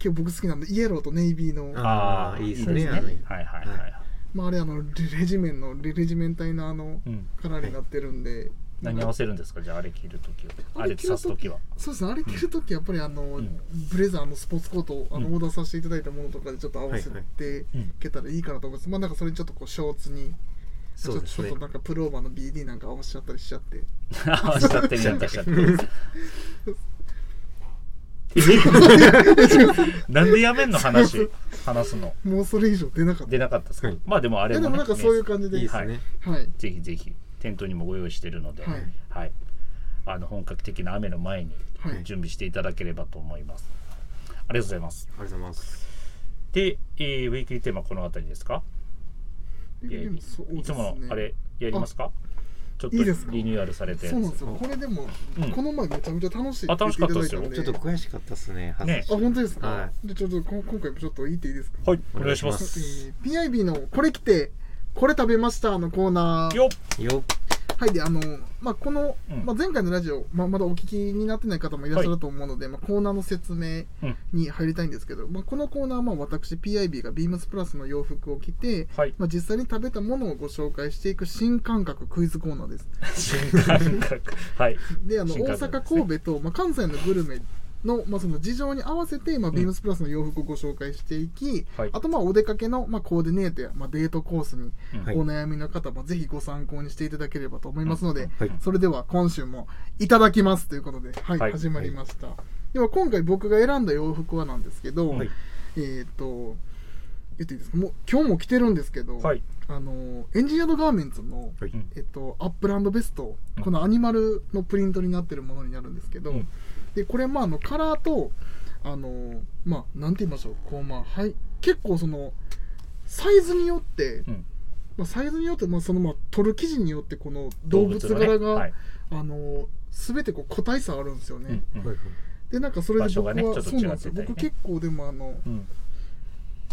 [SPEAKER 2] 日僕好きなんでイエローとネイビーの
[SPEAKER 3] あーいいですね
[SPEAKER 1] はいはいはいはい、
[SPEAKER 3] はい
[SPEAKER 2] まああれあのレレジメンのレレジメン隊のあの
[SPEAKER 1] うん、
[SPEAKER 2] カラーになってるんで、
[SPEAKER 1] 何合わせるんですかじゃああれ着るときはあ
[SPEAKER 2] あ
[SPEAKER 1] れ
[SPEAKER 2] れ
[SPEAKER 1] 刺すときは
[SPEAKER 2] そうですねあれ着るときやっぱりあの、
[SPEAKER 1] ん
[SPEAKER 2] ブレザーのスポーツコートをあの、
[SPEAKER 1] うん
[SPEAKER 2] オーダーさせていただいたものとかでちょっと合わせ
[SPEAKER 3] はいは
[SPEAKER 2] てい
[SPEAKER 1] うん
[SPEAKER 2] けたらいいかなと思います、まあなんかそれにちょっとこうショーツにち
[SPEAKER 3] そう
[SPEAKER 2] ょ
[SPEAKER 3] です
[SPEAKER 2] ちょっ
[SPEAKER 3] ね
[SPEAKER 2] となんかプローバーの BD なんかおっしゃったりしちゃって
[SPEAKER 1] あしちゃってみなんかしちゃ って。 なんでやめんの話話すの
[SPEAKER 2] もうそれ以上出なかった
[SPEAKER 1] 出なかったですか、
[SPEAKER 3] はい
[SPEAKER 1] まあでもあ
[SPEAKER 2] い
[SPEAKER 1] れ
[SPEAKER 2] や
[SPEAKER 1] も、ね、
[SPEAKER 2] でもなんかそういう感じで
[SPEAKER 3] いいです
[SPEAKER 1] は
[SPEAKER 3] ね
[SPEAKER 1] い
[SPEAKER 2] はい
[SPEAKER 1] ぜひぜひ店頭にもご用意してるので、は
[SPEAKER 2] はいい
[SPEAKER 1] あの本格的な雨の前に
[SPEAKER 2] はい
[SPEAKER 1] 準備していただければと思います、ありがとうございます
[SPEAKER 3] ありがとうございます
[SPEAKER 1] で、えーウィークリーテーマこの辺りですか
[SPEAKER 2] でもそうですね
[SPEAKER 1] いつものあれやりますかちょっと
[SPEAKER 2] いいですか
[SPEAKER 1] リニューアルされて
[SPEAKER 2] そうなんですよこれでも、
[SPEAKER 1] うん
[SPEAKER 2] この前めちゃめちゃ楽しい
[SPEAKER 1] あ楽しかったですよ
[SPEAKER 2] 言
[SPEAKER 3] ち
[SPEAKER 2] い
[SPEAKER 3] ょったと
[SPEAKER 2] だい
[SPEAKER 3] 悔しかったっすね
[SPEAKER 1] ね
[SPEAKER 2] たんであ本当ですか、
[SPEAKER 3] は
[SPEAKER 2] でちょっとこ今回もちょっと言っていいですか
[SPEAKER 1] はいお願いしま
[SPEAKER 3] お願いしますす
[SPEAKER 2] えー PIB の「これ来てこれ食べました」のコーナー
[SPEAKER 1] よっ
[SPEAKER 3] よ
[SPEAKER 2] はいであの、まあ、この、
[SPEAKER 1] うん
[SPEAKER 2] まあ、前回のラジオ、まあ、まだお聞きになってない方もいらっしゃると思うので、まあ、コーナーの説明
[SPEAKER 1] うん
[SPEAKER 2] に入りたいんですけど、まあ、このコーナーはまあ私 PIB が BEAMS プラスの洋服を着て、
[SPEAKER 1] はい
[SPEAKER 2] まあ、実際に食べたものをご紹介していく新感覚クイズコーナーです
[SPEAKER 1] 新感 覚はい
[SPEAKER 2] であの
[SPEAKER 1] 新
[SPEAKER 2] 大
[SPEAKER 1] 幹線
[SPEAKER 2] 阪
[SPEAKER 1] ですね
[SPEAKER 2] 神戸と、まあ、関西のグルメの,、まあその事情に合わせて、まあ、ビームスプラスの洋服をご紹介していき、
[SPEAKER 1] はい
[SPEAKER 2] あとまあお出かけの、まあ、コーディネートや、まあ、デートコースに
[SPEAKER 1] うん
[SPEAKER 3] はい
[SPEAKER 2] お悩みの方、まあ、ぜひご参考にしていただければと思いますので、
[SPEAKER 3] はい
[SPEAKER 2] それでは今週もいただきますということで、はい
[SPEAKER 1] はい
[SPEAKER 2] 始まりました、では今回僕が選んだ洋服はなんですけど、
[SPEAKER 1] はい
[SPEAKER 2] えーっと言っていいですかもう今日も着てるんですけど、
[SPEAKER 1] はい
[SPEAKER 2] あのエンジニアードガーメンツの、
[SPEAKER 3] はい
[SPEAKER 1] うん
[SPEAKER 2] えっと、アップランドベスト、
[SPEAKER 1] うん
[SPEAKER 2] このアニマルのプリントになってるものになるんですけど、
[SPEAKER 1] うん
[SPEAKER 2] でこれ、まあ、あのカラーとあの、まあ、なんて言いましょうこう、まあはい、結構そのサイズによって、
[SPEAKER 1] うん
[SPEAKER 2] まあ、サイズによって、まあそのまあ、取る生地によってこの動物
[SPEAKER 1] のね
[SPEAKER 2] 柄が、
[SPEAKER 1] はい
[SPEAKER 2] あの全てこう個体差あるんですよね。
[SPEAKER 1] うんうん
[SPEAKER 3] はい
[SPEAKER 2] でなんかそれで
[SPEAKER 1] 場所
[SPEAKER 2] 僕は、
[SPEAKER 1] がねちょっ
[SPEAKER 2] そ
[SPEAKER 1] と
[SPEAKER 2] う
[SPEAKER 1] 違
[SPEAKER 2] なん
[SPEAKER 1] っ
[SPEAKER 2] です
[SPEAKER 1] て
[SPEAKER 2] よ
[SPEAKER 1] たりね
[SPEAKER 2] 僕結構でもあの
[SPEAKER 1] うん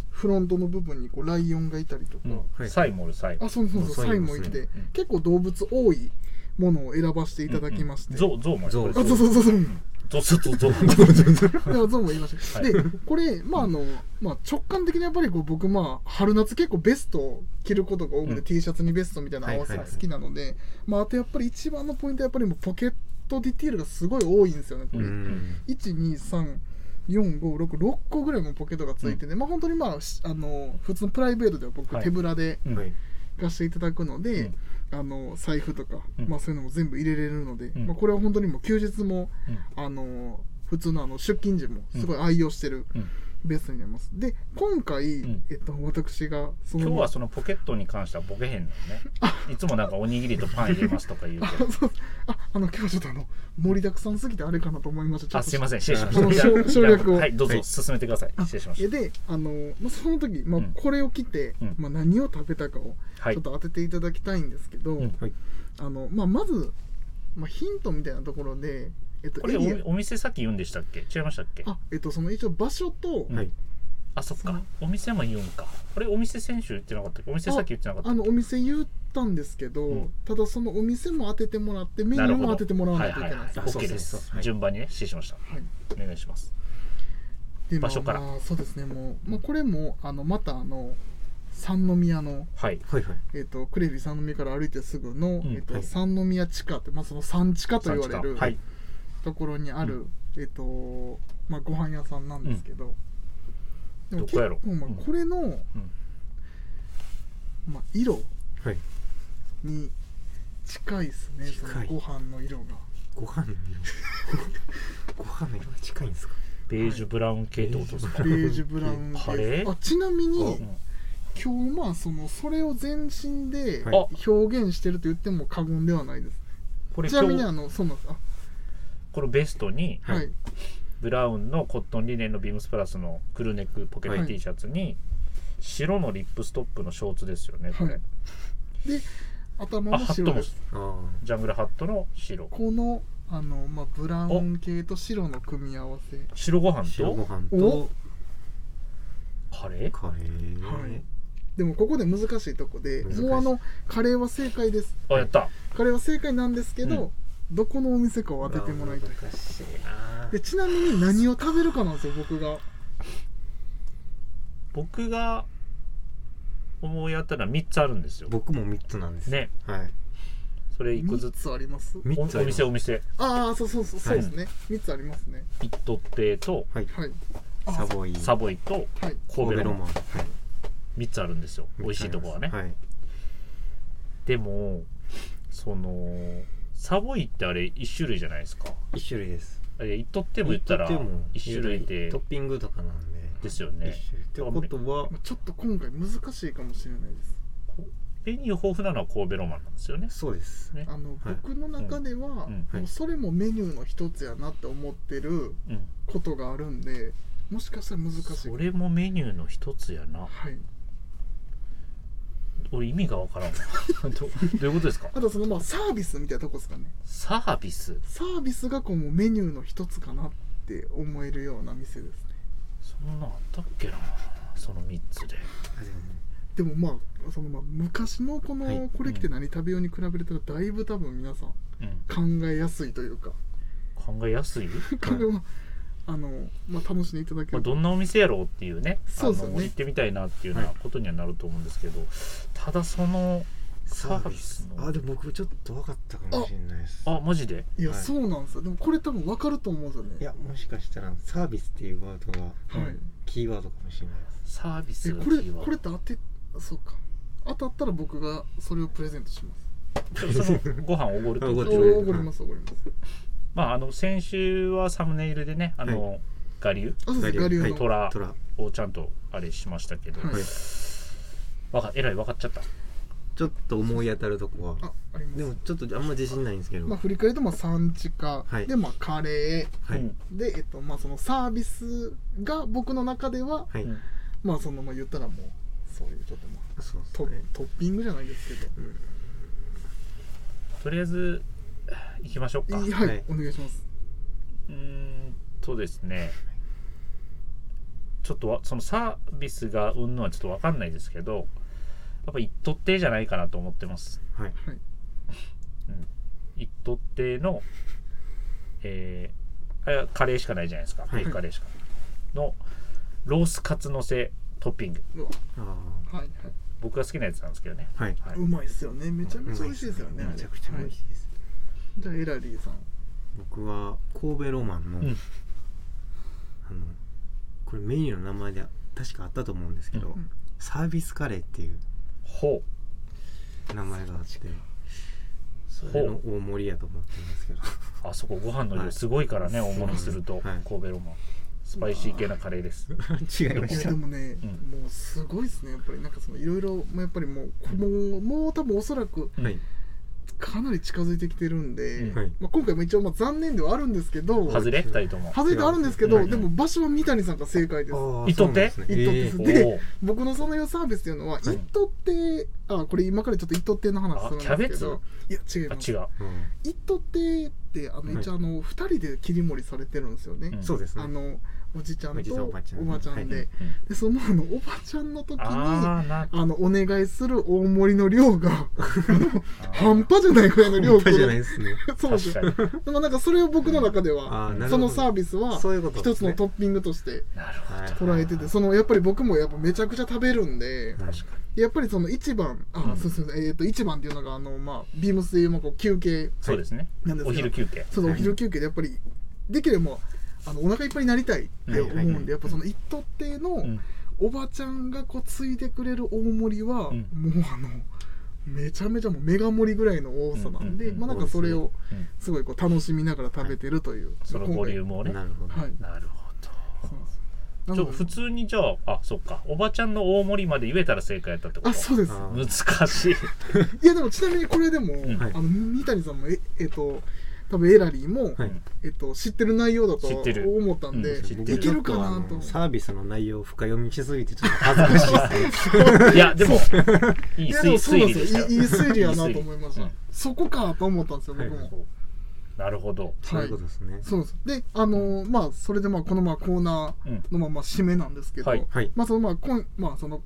[SPEAKER 2] フロントの部分にこうライオンがいたりとか、
[SPEAKER 1] うん
[SPEAKER 3] はい
[SPEAKER 1] サイモルサイモ
[SPEAKER 2] あそうそうそうサ
[SPEAKER 3] サ
[SPEAKER 2] イ
[SPEAKER 3] イ
[SPEAKER 2] も
[SPEAKER 3] も
[SPEAKER 2] い
[SPEAKER 3] い
[SPEAKER 2] て、
[SPEAKER 3] て
[SPEAKER 1] うん
[SPEAKER 2] 結構動物多いものを選ばせて
[SPEAKER 1] ル
[SPEAKER 2] いただきまして、
[SPEAKER 1] ゾウゾウも
[SPEAKER 3] ゾウ
[SPEAKER 1] こ
[SPEAKER 2] あ
[SPEAKER 1] れ
[SPEAKER 2] そうそうそうそう
[SPEAKER 1] ゾウゾウゾウ
[SPEAKER 2] で もゾウも言いました、
[SPEAKER 1] はい
[SPEAKER 2] でこれまああの、まあ、直感的にやっぱりこう僕まあ春夏結構ベストを着ることが多くて、
[SPEAKER 1] うん
[SPEAKER 2] T シャツにベストみたいなの合わせが
[SPEAKER 3] はいはい
[SPEAKER 2] 好きなので、まああとやっぱり一番のポイントはやっぱりもうポケットディティールがすごい多いんですよねこ
[SPEAKER 3] う
[SPEAKER 2] れ、
[SPEAKER 3] ん
[SPEAKER 2] 1234566個ぐらいもポケットがついてて、まあ本当にまあしあの普通のプライベートでは僕
[SPEAKER 1] はい
[SPEAKER 2] 手ぶらで
[SPEAKER 1] うん
[SPEAKER 3] はい
[SPEAKER 2] 行かせていただくので、あの財布とか、
[SPEAKER 1] うん
[SPEAKER 2] まあ、そういうのも全部入れれるので、
[SPEAKER 1] うん
[SPEAKER 2] まあ、これは本当にもう休日も、
[SPEAKER 1] う
[SPEAKER 2] あの普通のあの出勤時もすごい愛用してる
[SPEAKER 1] うん
[SPEAKER 2] ベースになります。で今回、
[SPEAKER 1] ん
[SPEAKER 2] えっと、私がそ
[SPEAKER 1] 今
[SPEAKER 2] の
[SPEAKER 1] 日はそのポケットに関してはボケへんのねいつもなんかおにぎりとパン入れますとか言う
[SPEAKER 2] あ
[SPEAKER 1] けど
[SPEAKER 2] そうああの今日はちょっとあの盛りだくさんすぎてあれかなと思いましたちょっ
[SPEAKER 1] あ
[SPEAKER 2] と
[SPEAKER 1] すいません失礼しま
[SPEAKER 2] この
[SPEAKER 1] した
[SPEAKER 2] 省省略を
[SPEAKER 1] はいどう
[SPEAKER 3] は
[SPEAKER 1] ぞ
[SPEAKER 3] い
[SPEAKER 1] 進めてください
[SPEAKER 2] あ
[SPEAKER 1] 失礼しまし
[SPEAKER 2] であの、まあ、その時、まあ
[SPEAKER 1] うん、
[SPEAKER 2] これを着て、
[SPEAKER 1] うん
[SPEAKER 2] まあ、何を食べたかを
[SPEAKER 1] たは
[SPEAKER 2] ち
[SPEAKER 1] い
[SPEAKER 2] ょっと当てていただきたいんですけど、
[SPEAKER 1] うん
[SPEAKER 3] はい
[SPEAKER 2] あのまあ、まず、まあ、ヒントみたいなところで、えっと、
[SPEAKER 1] これ
[SPEAKER 2] エリア
[SPEAKER 1] おお店さっき言うんでしたっけ違いましたっけ
[SPEAKER 2] あえっとその一応場所と、
[SPEAKER 1] うん
[SPEAKER 3] はい
[SPEAKER 1] あそっかお店も言うんかこれお店選手言ってなかったっけお店さっき言ってなかった
[SPEAKER 2] あのお店言ったんですけど、
[SPEAKER 1] うん
[SPEAKER 2] ただそのお店も当ててもらってメニ
[SPEAKER 1] な
[SPEAKER 2] ュ
[SPEAKER 1] る
[SPEAKER 2] ー
[SPEAKER 1] ほ
[SPEAKER 2] も
[SPEAKER 1] ど
[SPEAKER 2] 当ててもらわないといけない
[SPEAKER 1] は
[SPEAKER 2] で
[SPEAKER 1] い
[SPEAKER 2] す。
[SPEAKER 1] はいはい OK で
[SPEAKER 3] そうそう
[SPEAKER 1] す
[SPEAKER 3] そうはい
[SPEAKER 1] 順番にね失礼しました
[SPEAKER 2] はい
[SPEAKER 1] お願いします
[SPEAKER 2] でまあ
[SPEAKER 1] 場所から
[SPEAKER 2] まあそうですねもう、まあ、これもあのまたあの三宮の、
[SPEAKER 1] はい
[SPEAKER 3] はいはい
[SPEAKER 2] えっとクレビ三宮から歩いてすぐの、
[SPEAKER 1] うん
[SPEAKER 2] えっと
[SPEAKER 3] はい
[SPEAKER 2] 三宮地下って、まあ、その三地下と言われる、
[SPEAKER 1] はい
[SPEAKER 2] ところにある、えっとまあご飯屋さんなんですけど、
[SPEAKER 1] どこやろ
[SPEAKER 2] まあ
[SPEAKER 1] うん
[SPEAKER 2] これの、まあ、色
[SPEAKER 3] はい
[SPEAKER 2] に近いですねそ
[SPEAKER 3] 近
[SPEAKER 2] の
[SPEAKER 3] い
[SPEAKER 2] ご飯の色が
[SPEAKER 3] ご飯の色ご飯の色が近いんですか
[SPEAKER 1] ベージュブラウン系ってことですか
[SPEAKER 2] ベージュブラウン
[SPEAKER 1] カレー
[SPEAKER 2] あちなみに、
[SPEAKER 3] うん
[SPEAKER 2] 今日まあそのそれを全身で
[SPEAKER 3] はい
[SPEAKER 1] あ
[SPEAKER 2] 表現してると言っても過言ではないです、
[SPEAKER 1] これ
[SPEAKER 2] ち
[SPEAKER 1] 今
[SPEAKER 2] なみにあ
[SPEAKER 1] 日
[SPEAKER 2] のそうなんですあ
[SPEAKER 1] このベストに
[SPEAKER 3] はい
[SPEAKER 2] はい
[SPEAKER 1] ブラウンのコットンリネンのビームスプラスのクルーネックポケッ
[SPEAKER 2] は
[SPEAKER 1] ト
[SPEAKER 2] い
[SPEAKER 1] T シャツに白のリップストップのショーツですよねこれ、
[SPEAKER 2] はいで頭
[SPEAKER 1] あ
[SPEAKER 2] も
[SPEAKER 1] ハット
[SPEAKER 2] 白
[SPEAKER 1] も
[SPEAKER 2] です
[SPEAKER 3] ああ
[SPEAKER 1] ジャングルハットの白
[SPEAKER 2] このあの、まあ、ブラウン系と白の組み合わせ
[SPEAKER 1] 白ご飯
[SPEAKER 3] 白ご
[SPEAKER 1] と
[SPEAKER 3] 飯
[SPEAKER 2] お
[SPEAKER 3] と
[SPEAKER 1] カレー
[SPEAKER 3] カレー
[SPEAKER 2] はいでもここで難しいとこで
[SPEAKER 3] 難しい
[SPEAKER 2] もうあのカレーは正解です
[SPEAKER 1] あやった
[SPEAKER 2] カレーは正解なんですけど、
[SPEAKER 1] うん
[SPEAKER 2] どこのお店かを当ててもらいたい
[SPEAKER 3] 難しいな
[SPEAKER 2] でちなみに何を食べるかなんですよ僕が
[SPEAKER 1] 僕が思い当たるのは3つあるんですよ
[SPEAKER 3] 僕も三つなんです
[SPEAKER 1] ね
[SPEAKER 3] はい
[SPEAKER 1] それ1個ず
[SPEAKER 2] 3
[SPEAKER 1] つ
[SPEAKER 2] つあります
[SPEAKER 1] お
[SPEAKER 3] 三つあ
[SPEAKER 1] お
[SPEAKER 3] ります
[SPEAKER 1] 店お店
[SPEAKER 2] ああそうそうそうそうですね、三3つありますね
[SPEAKER 1] ピット亭と
[SPEAKER 3] はい
[SPEAKER 2] はいあ
[SPEAKER 3] サボイ
[SPEAKER 1] サボイと
[SPEAKER 2] はい
[SPEAKER 1] 神戸ロマン
[SPEAKER 3] はい
[SPEAKER 1] 3つあるんですよ美味しいとこはね、
[SPEAKER 3] はい
[SPEAKER 1] でもそのサボイってあれ1種類じゃないですか
[SPEAKER 3] 一種類です
[SPEAKER 1] あれ言っとっても言ったら
[SPEAKER 3] とっても
[SPEAKER 1] 1種類で
[SPEAKER 3] トッピングとかなんで
[SPEAKER 1] ですよね
[SPEAKER 3] 一種類ってことは
[SPEAKER 2] まあちょっと今回難しいかもしれないです
[SPEAKER 1] メニュー豊富なのは神戸ロマンなんですよね
[SPEAKER 3] そうです
[SPEAKER 1] ね
[SPEAKER 2] あの、
[SPEAKER 3] はい
[SPEAKER 2] 僕の中では、
[SPEAKER 1] うん
[SPEAKER 3] はい
[SPEAKER 2] もうそれもメニューの一つやなって思ってる
[SPEAKER 1] うん
[SPEAKER 2] ことがあるんでもしかしたら難しい
[SPEAKER 1] それもメニューの一つやな
[SPEAKER 2] はい
[SPEAKER 1] 俺意味がわからんわどどういうことですか
[SPEAKER 2] あとそのまあサービスみたいなとこですかね
[SPEAKER 1] サービス
[SPEAKER 2] サービスがこうもうメニューの一つかなって思えるような店ですね
[SPEAKER 1] そんなんあったっけなその3つで
[SPEAKER 3] あでもね
[SPEAKER 2] でもまあそのまあ昔のこの、
[SPEAKER 3] はい
[SPEAKER 2] これ来て何食べように比べたらだいぶ多分皆さん
[SPEAKER 1] うん
[SPEAKER 2] 考えやすいというか、
[SPEAKER 1] 考えやすい、
[SPEAKER 2] 考えまあのまあ楽しんでいただけ
[SPEAKER 1] まあ、
[SPEAKER 2] ると
[SPEAKER 1] どんなお店やろうっていうね
[SPEAKER 2] そうですよね
[SPEAKER 1] あの行ってみたいなっていうような
[SPEAKER 3] はい
[SPEAKER 1] ことにはなると思うんですけど、ただそのサービスの
[SPEAKER 3] あでも僕ちょっと分かったかもしれないです
[SPEAKER 1] あマジで
[SPEAKER 2] いや、
[SPEAKER 3] はい
[SPEAKER 2] そうなんですよでもこれ多分分かると思うんですよね
[SPEAKER 3] いやもしかしたらサービスっていうワードが、
[SPEAKER 2] はい
[SPEAKER 3] キーワードかもしれないです
[SPEAKER 1] サービ
[SPEAKER 2] え
[SPEAKER 1] スが
[SPEAKER 2] こ
[SPEAKER 1] キ
[SPEAKER 2] れ
[SPEAKER 1] ーワード
[SPEAKER 2] これって当てそうか当たったら僕がそれをプレゼントします
[SPEAKER 1] そのご飯おごるってこと
[SPEAKER 3] お
[SPEAKER 2] お
[SPEAKER 3] ごってくれる
[SPEAKER 2] おごりますおごります
[SPEAKER 1] まああの先週はサムネイルでねあの、我流
[SPEAKER 2] あそうです我流の、
[SPEAKER 3] はい
[SPEAKER 1] トラ
[SPEAKER 3] トラ
[SPEAKER 1] をちゃんとあれしましたけど、
[SPEAKER 2] はい
[SPEAKER 3] はい
[SPEAKER 1] わかえらい分かっちゃった
[SPEAKER 3] ちょっと思い当たるとこは
[SPEAKER 2] ああります
[SPEAKER 3] でもちょっとあんま自信ないんですけど、
[SPEAKER 2] まあ、振り返るとまあ産地化、
[SPEAKER 3] はい
[SPEAKER 2] でまあカレ
[SPEAKER 3] はい、
[SPEAKER 1] うん
[SPEAKER 2] ーで、えっとまあ、そのサービスが僕の中では、
[SPEAKER 3] はい、
[SPEAKER 1] うん
[SPEAKER 2] まあそのまあ言ったらもうそういうちょっとまあ
[SPEAKER 3] そうです
[SPEAKER 2] ト,、
[SPEAKER 3] ね
[SPEAKER 2] トッピングじゃないですけど
[SPEAKER 1] とりあえず行きましょうか
[SPEAKER 2] いいはい、
[SPEAKER 3] はい
[SPEAKER 2] お願いします
[SPEAKER 1] うーんとですねちょっとわそのサービスがうんのはちょっと分かんないですけどやっぱ一とってじゃないかなと思ってます
[SPEAKER 3] はい
[SPEAKER 2] はい
[SPEAKER 1] 一とってのえーあれはカレーしかないじゃないですか、
[SPEAKER 3] はい
[SPEAKER 1] カレーしかのロースカツのせトッピング
[SPEAKER 2] うわ
[SPEAKER 3] あ
[SPEAKER 2] はい
[SPEAKER 1] 僕が好きなやつなんですけどね
[SPEAKER 3] あはい
[SPEAKER 1] は
[SPEAKER 2] はいい、うまいっすよねめちゃめちゃ美味しいですよね
[SPEAKER 3] めちゃくちゃ美味しいです、
[SPEAKER 2] あれはい、じゃあエラリーさん
[SPEAKER 3] 僕は神戸ロマンの、
[SPEAKER 1] うん
[SPEAKER 3] あのこれメニューの名前で確かあったと思うんですけど、
[SPEAKER 1] うん
[SPEAKER 3] サービスカレーっていう
[SPEAKER 1] ほ
[SPEAKER 3] 名前があってそれの大盛りやと思ってるんですけど
[SPEAKER 1] うあそこご飯の量すごいからね、大盛りすると、
[SPEAKER 3] はい
[SPEAKER 1] 神戸ロマンスパイシー系なカレーです、
[SPEAKER 3] 違いま
[SPEAKER 2] いや
[SPEAKER 3] した
[SPEAKER 2] でもね、
[SPEAKER 1] うん
[SPEAKER 2] もうすごいですねやっぱりなんかそのいろいろまあやっぱりもうこもうもう多分おそらく
[SPEAKER 1] うん
[SPEAKER 3] はい
[SPEAKER 2] かなり近づいてきてるんで、
[SPEAKER 1] うん
[SPEAKER 3] はい
[SPEAKER 2] まあ、今回も一応まあ残念ではあるんですけど
[SPEAKER 1] 外れ2人とも
[SPEAKER 2] 外れてあるんですけど、
[SPEAKER 1] うん
[SPEAKER 2] でも場所は三谷さんが正解です
[SPEAKER 3] ああ
[SPEAKER 1] 糸手
[SPEAKER 3] そうなんですね
[SPEAKER 2] 糸手
[SPEAKER 3] え
[SPEAKER 2] です
[SPEAKER 3] ー
[SPEAKER 1] お
[SPEAKER 2] で
[SPEAKER 1] お
[SPEAKER 2] 僕のそのよサービスっていうのは、
[SPEAKER 1] はい
[SPEAKER 2] 一都ってあこれ今からちょっと一都っての話するんですけど
[SPEAKER 1] あキャベツ
[SPEAKER 2] いや違い
[SPEAKER 1] あ
[SPEAKER 2] ま
[SPEAKER 1] 違
[SPEAKER 2] す
[SPEAKER 1] う
[SPEAKER 3] う
[SPEAKER 2] 一都ってってあ
[SPEAKER 3] は
[SPEAKER 2] の
[SPEAKER 3] い
[SPEAKER 2] 一応あの、二人で切り盛りされてるんですよね、
[SPEAKER 1] うん
[SPEAKER 3] んそうですね
[SPEAKER 2] あのおじちゃん
[SPEAKER 3] おじさ
[SPEAKER 2] と
[SPEAKER 3] んおばちゃん
[SPEAKER 2] おばちゃんで、
[SPEAKER 3] はい
[SPEAKER 1] うん
[SPEAKER 2] でそのあのおばちゃんの時にあ
[SPEAKER 1] あーな
[SPEAKER 2] のお願いする大盛りの量が
[SPEAKER 1] あー
[SPEAKER 2] 半端じゃないぐらいの量
[SPEAKER 3] 半端じゃないですね
[SPEAKER 2] そうです
[SPEAKER 1] 確か
[SPEAKER 2] でもなんかそれを僕の中では、
[SPEAKER 3] あーなるほど
[SPEAKER 2] そのサービスは
[SPEAKER 3] そういうことで
[SPEAKER 2] 一つ
[SPEAKER 3] すね
[SPEAKER 2] のトッピングとして
[SPEAKER 1] になるほど、
[SPEAKER 3] はい
[SPEAKER 2] 捉えててそのやっぱり僕もやっぱめちゃくちゃ食べるんで
[SPEAKER 3] はい
[SPEAKER 1] 確か
[SPEAKER 2] やっぱりその一番あ、
[SPEAKER 1] うん
[SPEAKER 2] そうそうそうえっ、と一番っていうのがあのまあビームスでいうまあこう休憩
[SPEAKER 1] そうですね、
[SPEAKER 2] なんです
[SPEAKER 1] お
[SPEAKER 2] けど
[SPEAKER 1] 昼休憩
[SPEAKER 2] そのお昼休憩でやっぱりできればあのお腹いっぱいになりたいって思うんで、
[SPEAKER 3] はいはい
[SPEAKER 2] やっぱその一等亭
[SPEAKER 1] う
[SPEAKER 2] の
[SPEAKER 1] ん
[SPEAKER 2] おばちゃんがこうついでくれる大盛りは、
[SPEAKER 1] うん
[SPEAKER 2] もうあのめちゃめちゃもうメガ盛りぐらいの多さなんで、
[SPEAKER 1] うんうんうん
[SPEAKER 2] まあなんかそれを
[SPEAKER 1] うん
[SPEAKER 2] すごいこう楽しみながら食べてるという、
[SPEAKER 1] そのボリュー
[SPEAKER 2] ム
[SPEAKER 1] ムをね
[SPEAKER 3] なるほど
[SPEAKER 2] はい
[SPEAKER 1] なるほど
[SPEAKER 2] そうなんです
[SPEAKER 1] ちょ普通にじゃああそっかおばちゃんの大盛りまで言えたら正解やったってこと
[SPEAKER 2] あそうです
[SPEAKER 3] あー
[SPEAKER 1] 難 しい
[SPEAKER 2] いやでもちなみにこれでも、
[SPEAKER 1] ん
[SPEAKER 3] は
[SPEAKER 2] あ
[SPEAKER 3] い
[SPEAKER 2] の三谷さんもええっと多分エラリーも、
[SPEAKER 3] はい
[SPEAKER 2] えっと、知ってる内容だと
[SPEAKER 1] 知ってる
[SPEAKER 2] 思ったんで、
[SPEAKER 1] うん知って
[SPEAKER 2] いけるかな
[SPEAKER 3] 僕ちょっあ
[SPEAKER 2] と
[SPEAKER 3] のサービスの内容を深読みしすぎてちょっと恥ずかしいですね
[SPEAKER 1] いやでもいい
[SPEAKER 2] いやでも
[SPEAKER 1] 推
[SPEAKER 2] そうな
[SPEAKER 1] 推
[SPEAKER 2] ん
[SPEAKER 1] 理
[SPEAKER 2] で
[SPEAKER 1] ですした
[SPEAKER 2] よ
[SPEAKER 1] よ
[SPEAKER 2] いいいい推理やなと思いました、
[SPEAKER 1] うん
[SPEAKER 2] そこかと思ったんですよ僕も、
[SPEAKER 3] はい
[SPEAKER 1] なるほど
[SPEAKER 3] そういうことですね
[SPEAKER 2] そうですであのーまあそれでまあこのまあコーナーのまあまあ締めなんですけど、
[SPEAKER 1] はい
[SPEAKER 3] はい
[SPEAKER 2] まあそのまあこんまあその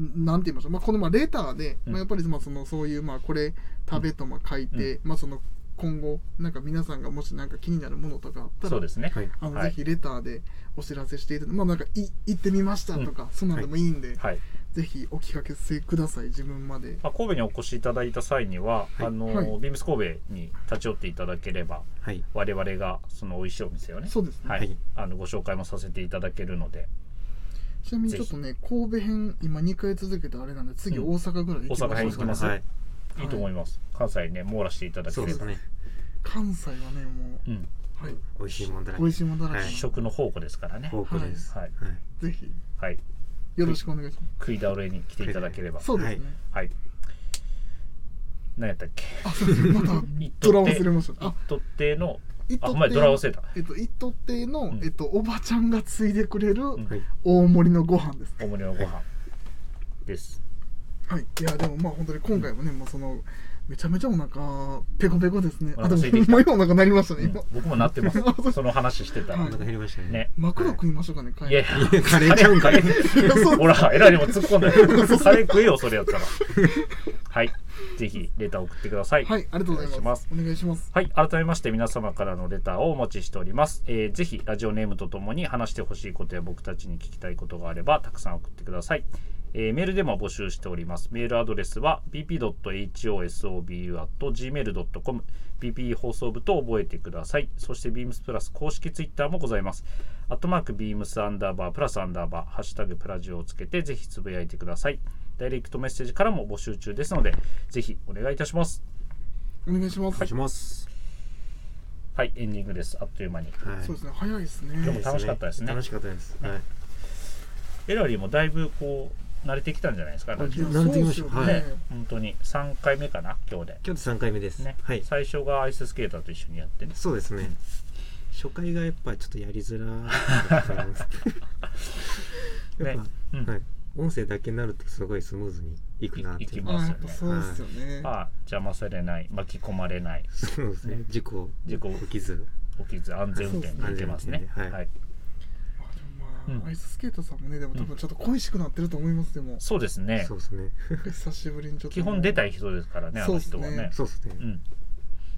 [SPEAKER 2] んなんて言いましょう、まあ、このまあレターで、
[SPEAKER 1] うん
[SPEAKER 2] まあ、やっぱりまあそのそういうまあこれ食べとまあ書いて、まあその今後なんか皆さんがもしなんか気になるものとかあったら
[SPEAKER 1] そうですね、
[SPEAKER 3] はい
[SPEAKER 2] あの、
[SPEAKER 1] はい
[SPEAKER 2] ぜひレターでお知らせしていただまあなんかい行ってみましたとか、そんなんでもいいんで、
[SPEAKER 1] はい
[SPEAKER 2] ぜひお聞かせください自分まで
[SPEAKER 1] まあ、神戸にお越しいただいた際には、
[SPEAKER 3] はい
[SPEAKER 1] あの
[SPEAKER 2] はい
[SPEAKER 1] ビームス神戸に立ち寄っていただければ
[SPEAKER 3] はい
[SPEAKER 1] 我々がその美味しいお店をね
[SPEAKER 2] そうですね、
[SPEAKER 1] はい、
[SPEAKER 3] はい
[SPEAKER 1] あのご紹介もさせていただけるので
[SPEAKER 2] ちなみにちょっとね神戸編今2回続けてあれなんで次大阪ぐらい行きましょう
[SPEAKER 1] 大阪編行きます
[SPEAKER 3] はい
[SPEAKER 1] いいと思います、関西ね網羅していただけ
[SPEAKER 3] そう
[SPEAKER 1] れ
[SPEAKER 3] です
[SPEAKER 1] ば、
[SPEAKER 3] ね
[SPEAKER 2] 関西はねも
[SPEAKER 1] うん、
[SPEAKER 2] う、はい、
[SPEAKER 3] 美味しいもんだらけ
[SPEAKER 2] 美味しいもんだらけ、
[SPEAKER 3] はい
[SPEAKER 1] 食の宝庫ですからね
[SPEAKER 3] 多くです
[SPEAKER 1] はい
[SPEAKER 3] はい
[SPEAKER 2] ぜひ
[SPEAKER 1] はい
[SPEAKER 2] よろしくお願いしま
[SPEAKER 1] 食い倒れに来ていただければ
[SPEAKER 2] すそうですね、
[SPEAKER 1] はい何やったっけ
[SPEAKER 2] あそうですねまたドラ忘れましたあ
[SPEAKER 1] 一特定の
[SPEAKER 2] 一
[SPEAKER 1] あ
[SPEAKER 2] 特
[SPEAKER 1] お前
[SPEAKER 2] 定
[SPEAKER 1] ドラ
[SPEAKER 2] の
[SPEAKER 1] 忘れた
[SPEAKER 2] えっと一特定の、
[SPEAKER 1] ん
[SPEAKER 2] えっとおばちゃんがついでくれる
[SPEAKER 1] ん
[SPEAKER 3] はい
[SPEAKER 2] 大盛りのご飯です
[SPEAKER 1] 大盛りのご飯です
[SPEAKER 2] はい、いやでもまあ本当に今回もね、もうそのめちゃめちゃお腹ペコペコですね。
[SPEAKER 1] お
[SPEAKER 2] あ
[SPEAKER 1] 腹
[SPEAKER 2] でも
[SPEAKER 1] 空いてきた
[SPEAKER 2] もう今お腹鳴りましたね。
[SPEAKER 1] うん
[SPEAKER 2] 今、
[SPEAKER 1] 僕もなってますその話してた
[SPEAKER 3] お
[SPEAKER 1] ら
[SPEAKER 2] はい
[SPEAKER 3] 腹減りましたね
[SPEAKER 1] ね
[SPEAKER 2] マクド食いましょうかね。帰り
[SPEAKER 1] いやいや
[SPEAKER 3] カレーちゃうんかい
[SPEAKER 2] いやそう
[SPEAKER 1] ほらえらいにも突っ 込んだよカレー食えよそれやったらはいぜひレター送ってください
[SPEAKER 2] はい、ありがとうございます。お願いします。
[SPEAKER 1] はい、改めまして皆様からのレターをお待ちしております。えーぜひラジオネームとともに話してほしいことや僕たちに聞きたいことがあればたくさん送ってください。えーメールでも募集しております。メールアドレスは bp.hosobu.gmail.com bp 放送部と覚えてください。そして beams プラス公式ツイッターもございます。アットマーク beams アンダーバープラスアンダーバーハッシュタグプラジオをつけてぜひつぶやいてください。ダイレクトメッセージからも募集中ですのでぜひお願いいたします。
[SPEAKER 2] お願いしま
[SPEAKER 3] お
[SPEAKER 2] す。
[SPEAKER 3] 願いします
[SPEAKER 1] はい、エンディングです。あっという間に。
[SPEAKER 3] はい
[SPEAKER 2] そうですね、早いです
[SPEAKER 1] で
[SPEAKER 2] ね
[SPEAKER 1] も。楽しかったですね
[SPEAKER 3] 楽しかったですはい
[SPEAKER 1] エラリーもだいぶこう慣れてきたんじゃないですか、ラジオ
[SPEAKER 3] 慣れてきました
[SPEAKER 2] そうですよ
[SPEAKER 3] はい
[SPEAKER 1] ね、本当に3回目かな、今日で。
[SPEAKER 3] 今日で3回目です
[SPEAKER 1] ね
[SPEAKER 3] はい
[SPEAKER 1] 最初がアイススケーターと一緒にやってね。
[SPEAKER 3] そうですね初回がやっぱちょっとやりづらかったと思いますやっぱ
[SPEAKER 1] ねうん
[SPEAKER 3] はい音声だけになるとすごいスムーズにいくなって
[SPEAKER 1] いき
[SPEAKER 3] いう
[SPEAKER 1] ま
[SPEAKER 2] あ、やっぱそうですよね。
[SPEAKER 1] まあ、邪魔されない、巻き込まれない、
[SPEAKER 3] そうですね事故
[SPEAKER 1] 事故
[SPEAKER 3] 起きず
[SPEAKER 1] 起きず安全運転でいけますね。
[SPEAKER 3] そうですね
[SPEAKER 1] はい、
[SPEAKER 2] あでもま
[SPEAKER 1] うん
[SPEAKER 2] あアイススケートさんもね、でも多分ちょっと恋しくなってると思います。でも
[SPEAKER 1] そうですね
[SPEAKER 3] そう。ですね
[SPEAKER 2] 久しぶりにちょっと
[SPEAKER 1] 基本出た
[SPEAKER 2] い。
[SPEAKER 1] い人ですからね、あ
[SPEAKER 2] そう
[SPEAKER 1] の
[SPEAKER 2] です
[SPEAKER 1] 人
[SPEAKER 2] ね
[SPEAKER 1] はね。
[SPEAKER 3] そうですね
[SPEAKER 1] うん。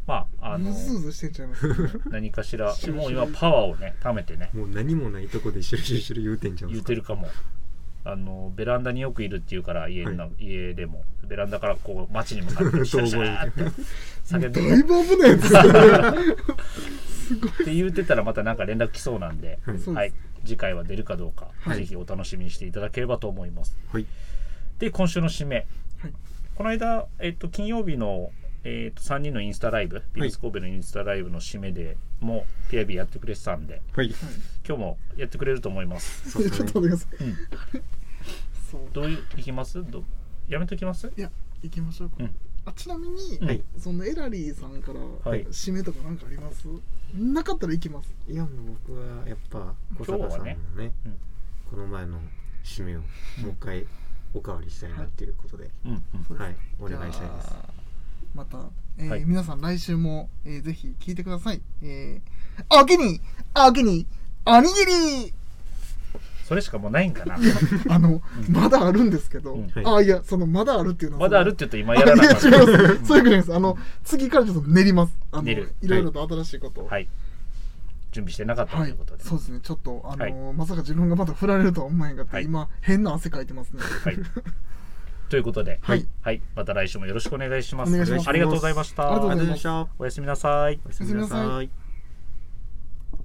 [SPEAKER 1] まあ、あの
[SPEAKER 2] む、ずうずしてんちゃいます。
[SPEAKER 1] 何かしら、もう今パワーをね、貯めてね、
[SPEAKER 3] もう何もないとこでシュルシュルシュル言うてんじゃん
[SPEAKER 1] 言うてるかも。あのベランダによくいるっていうから家の、
[SPEAKER 3] は
[SPEAKER 1] 家でもベランダからこう街に向か ってシャラシャラって叫んで
[SPEAKER 2] だいぶ危ないやつですね。
[SPEAKER 1] って言ってたらまたなんか連絡来そうなんで、
[SPEAKER 3] はい
[SPEAKER 2] そうです
[SPEAKER 1] はい、次回は出るかどうか、
[SPEAKER 3] はい
[SPEAKER 1] ぜひお楽しみにしていただければと思います。
[SPEAKER 3] はい
[SPEAKER 1] で今週の締め、
[SPEAKER 2] はい
[SPEAKER 1] この間、えっと、金曜日の、えっと3人のインスタライブビーズ神戸のインスタライブの締めでもう PIB やってくれてたんで
[SPEAKER 3] はい
[SPEAKER 1] 今日もやってくれると思います。
[SPEAKER 3] そうです
[SPEAKER 2] ちょっ
[SPEAKER 3] ね
[SPEAKER 2] とお願いします。
[SPEAKER 1] うん
[SPEAKER 2] そう。
[SPEAKER 1] どういういきますどやめときます
[SPEAKER 2] いや、行きましょうか。
[SPEAKER 1] うん
[SPEAKER 2] あちなみに、
[SPEAKER 1] はい
[SPEAKER 2] そのエラリーさんから
[SPEAKER 1] はい
[SPEAKER 2] 締めとかなんかあります、なかったら行きます。
[SPEAKER 3] いやもう僕はやっぱ小
[SPEAKER 1] 今日
[SPEAKER 3] 坂さ
[SPEAKER 1] は
[SPEAKER 3] んの
[SPEAKER 1] ね
[SPEAKER 3] ね
[SPEAKER 1] うん
[SPEAKER 3] この前の締めをもう一回おかわりしたいなっていうことで、
[SPEAKER 1] うんうん
[SPEAKER 3] はいお願いしたいです
[SPEAKER 2] じゃあ。また、えー
[SPEAKER 1] はい
[SPEAKER 2] 皆さん来週も、えーぜひ聞いてください。えー、おきに、おきに、おに ぎり
[SPEAKER 1] それしかもうないんかな
[SPEAKER 2] あの、まだあるんですけど、
[SPEAKER 1] うん
[SPEAKER 3] は
[SPEAKER 2] あ、いや、その、まだあるっていうのは。
[SPEAKER 1] まだあるっ
[SPEAKER 2] そ
[SPEAKER 1] て言うと今
[SPEAKER 2] の
[SPEAKER 1] やらなかっ
[SPEAKER 2] あいや、違い
[SPEAKER 1] た。
[SPEAKER 2] ます。そういうことじゃないです。あの、次からちょっと練ります。あの、
[SPEAKER 1] 練る
[SPEAKER 2] いろいろと新しいことを。
[SPEAKER 1] はい準備してなかったと
[SPEAKER 2] はいいう
[SPEAKER 1] ことで。
[SPEAKER 2] そうですねちょっとあのー、
[SPEAKER 1] は
[SPEAKER 2] まさか自分がまだ振られるとは思えんかって、
[SPEAKER 1] はい
[SPEAKER 2] 今変な汗かいてますね
[SPEAKER 1] はい。ということで、
[SPEAKER 2] はい
[SPEAKER 1] また来週もよろしくお願いします。
[SPEAKER 2] お願いします
[SPEAKER 1] ありがとうございました。
[SPEAKER 2] ありがとうございます
[SPEAKER 3] した
[SPEAKER 1] おやすみなさい。
[SPEAKER 3] おやすみな
[SPEAKER 2] おやすみな
[SPEAKER 3] さい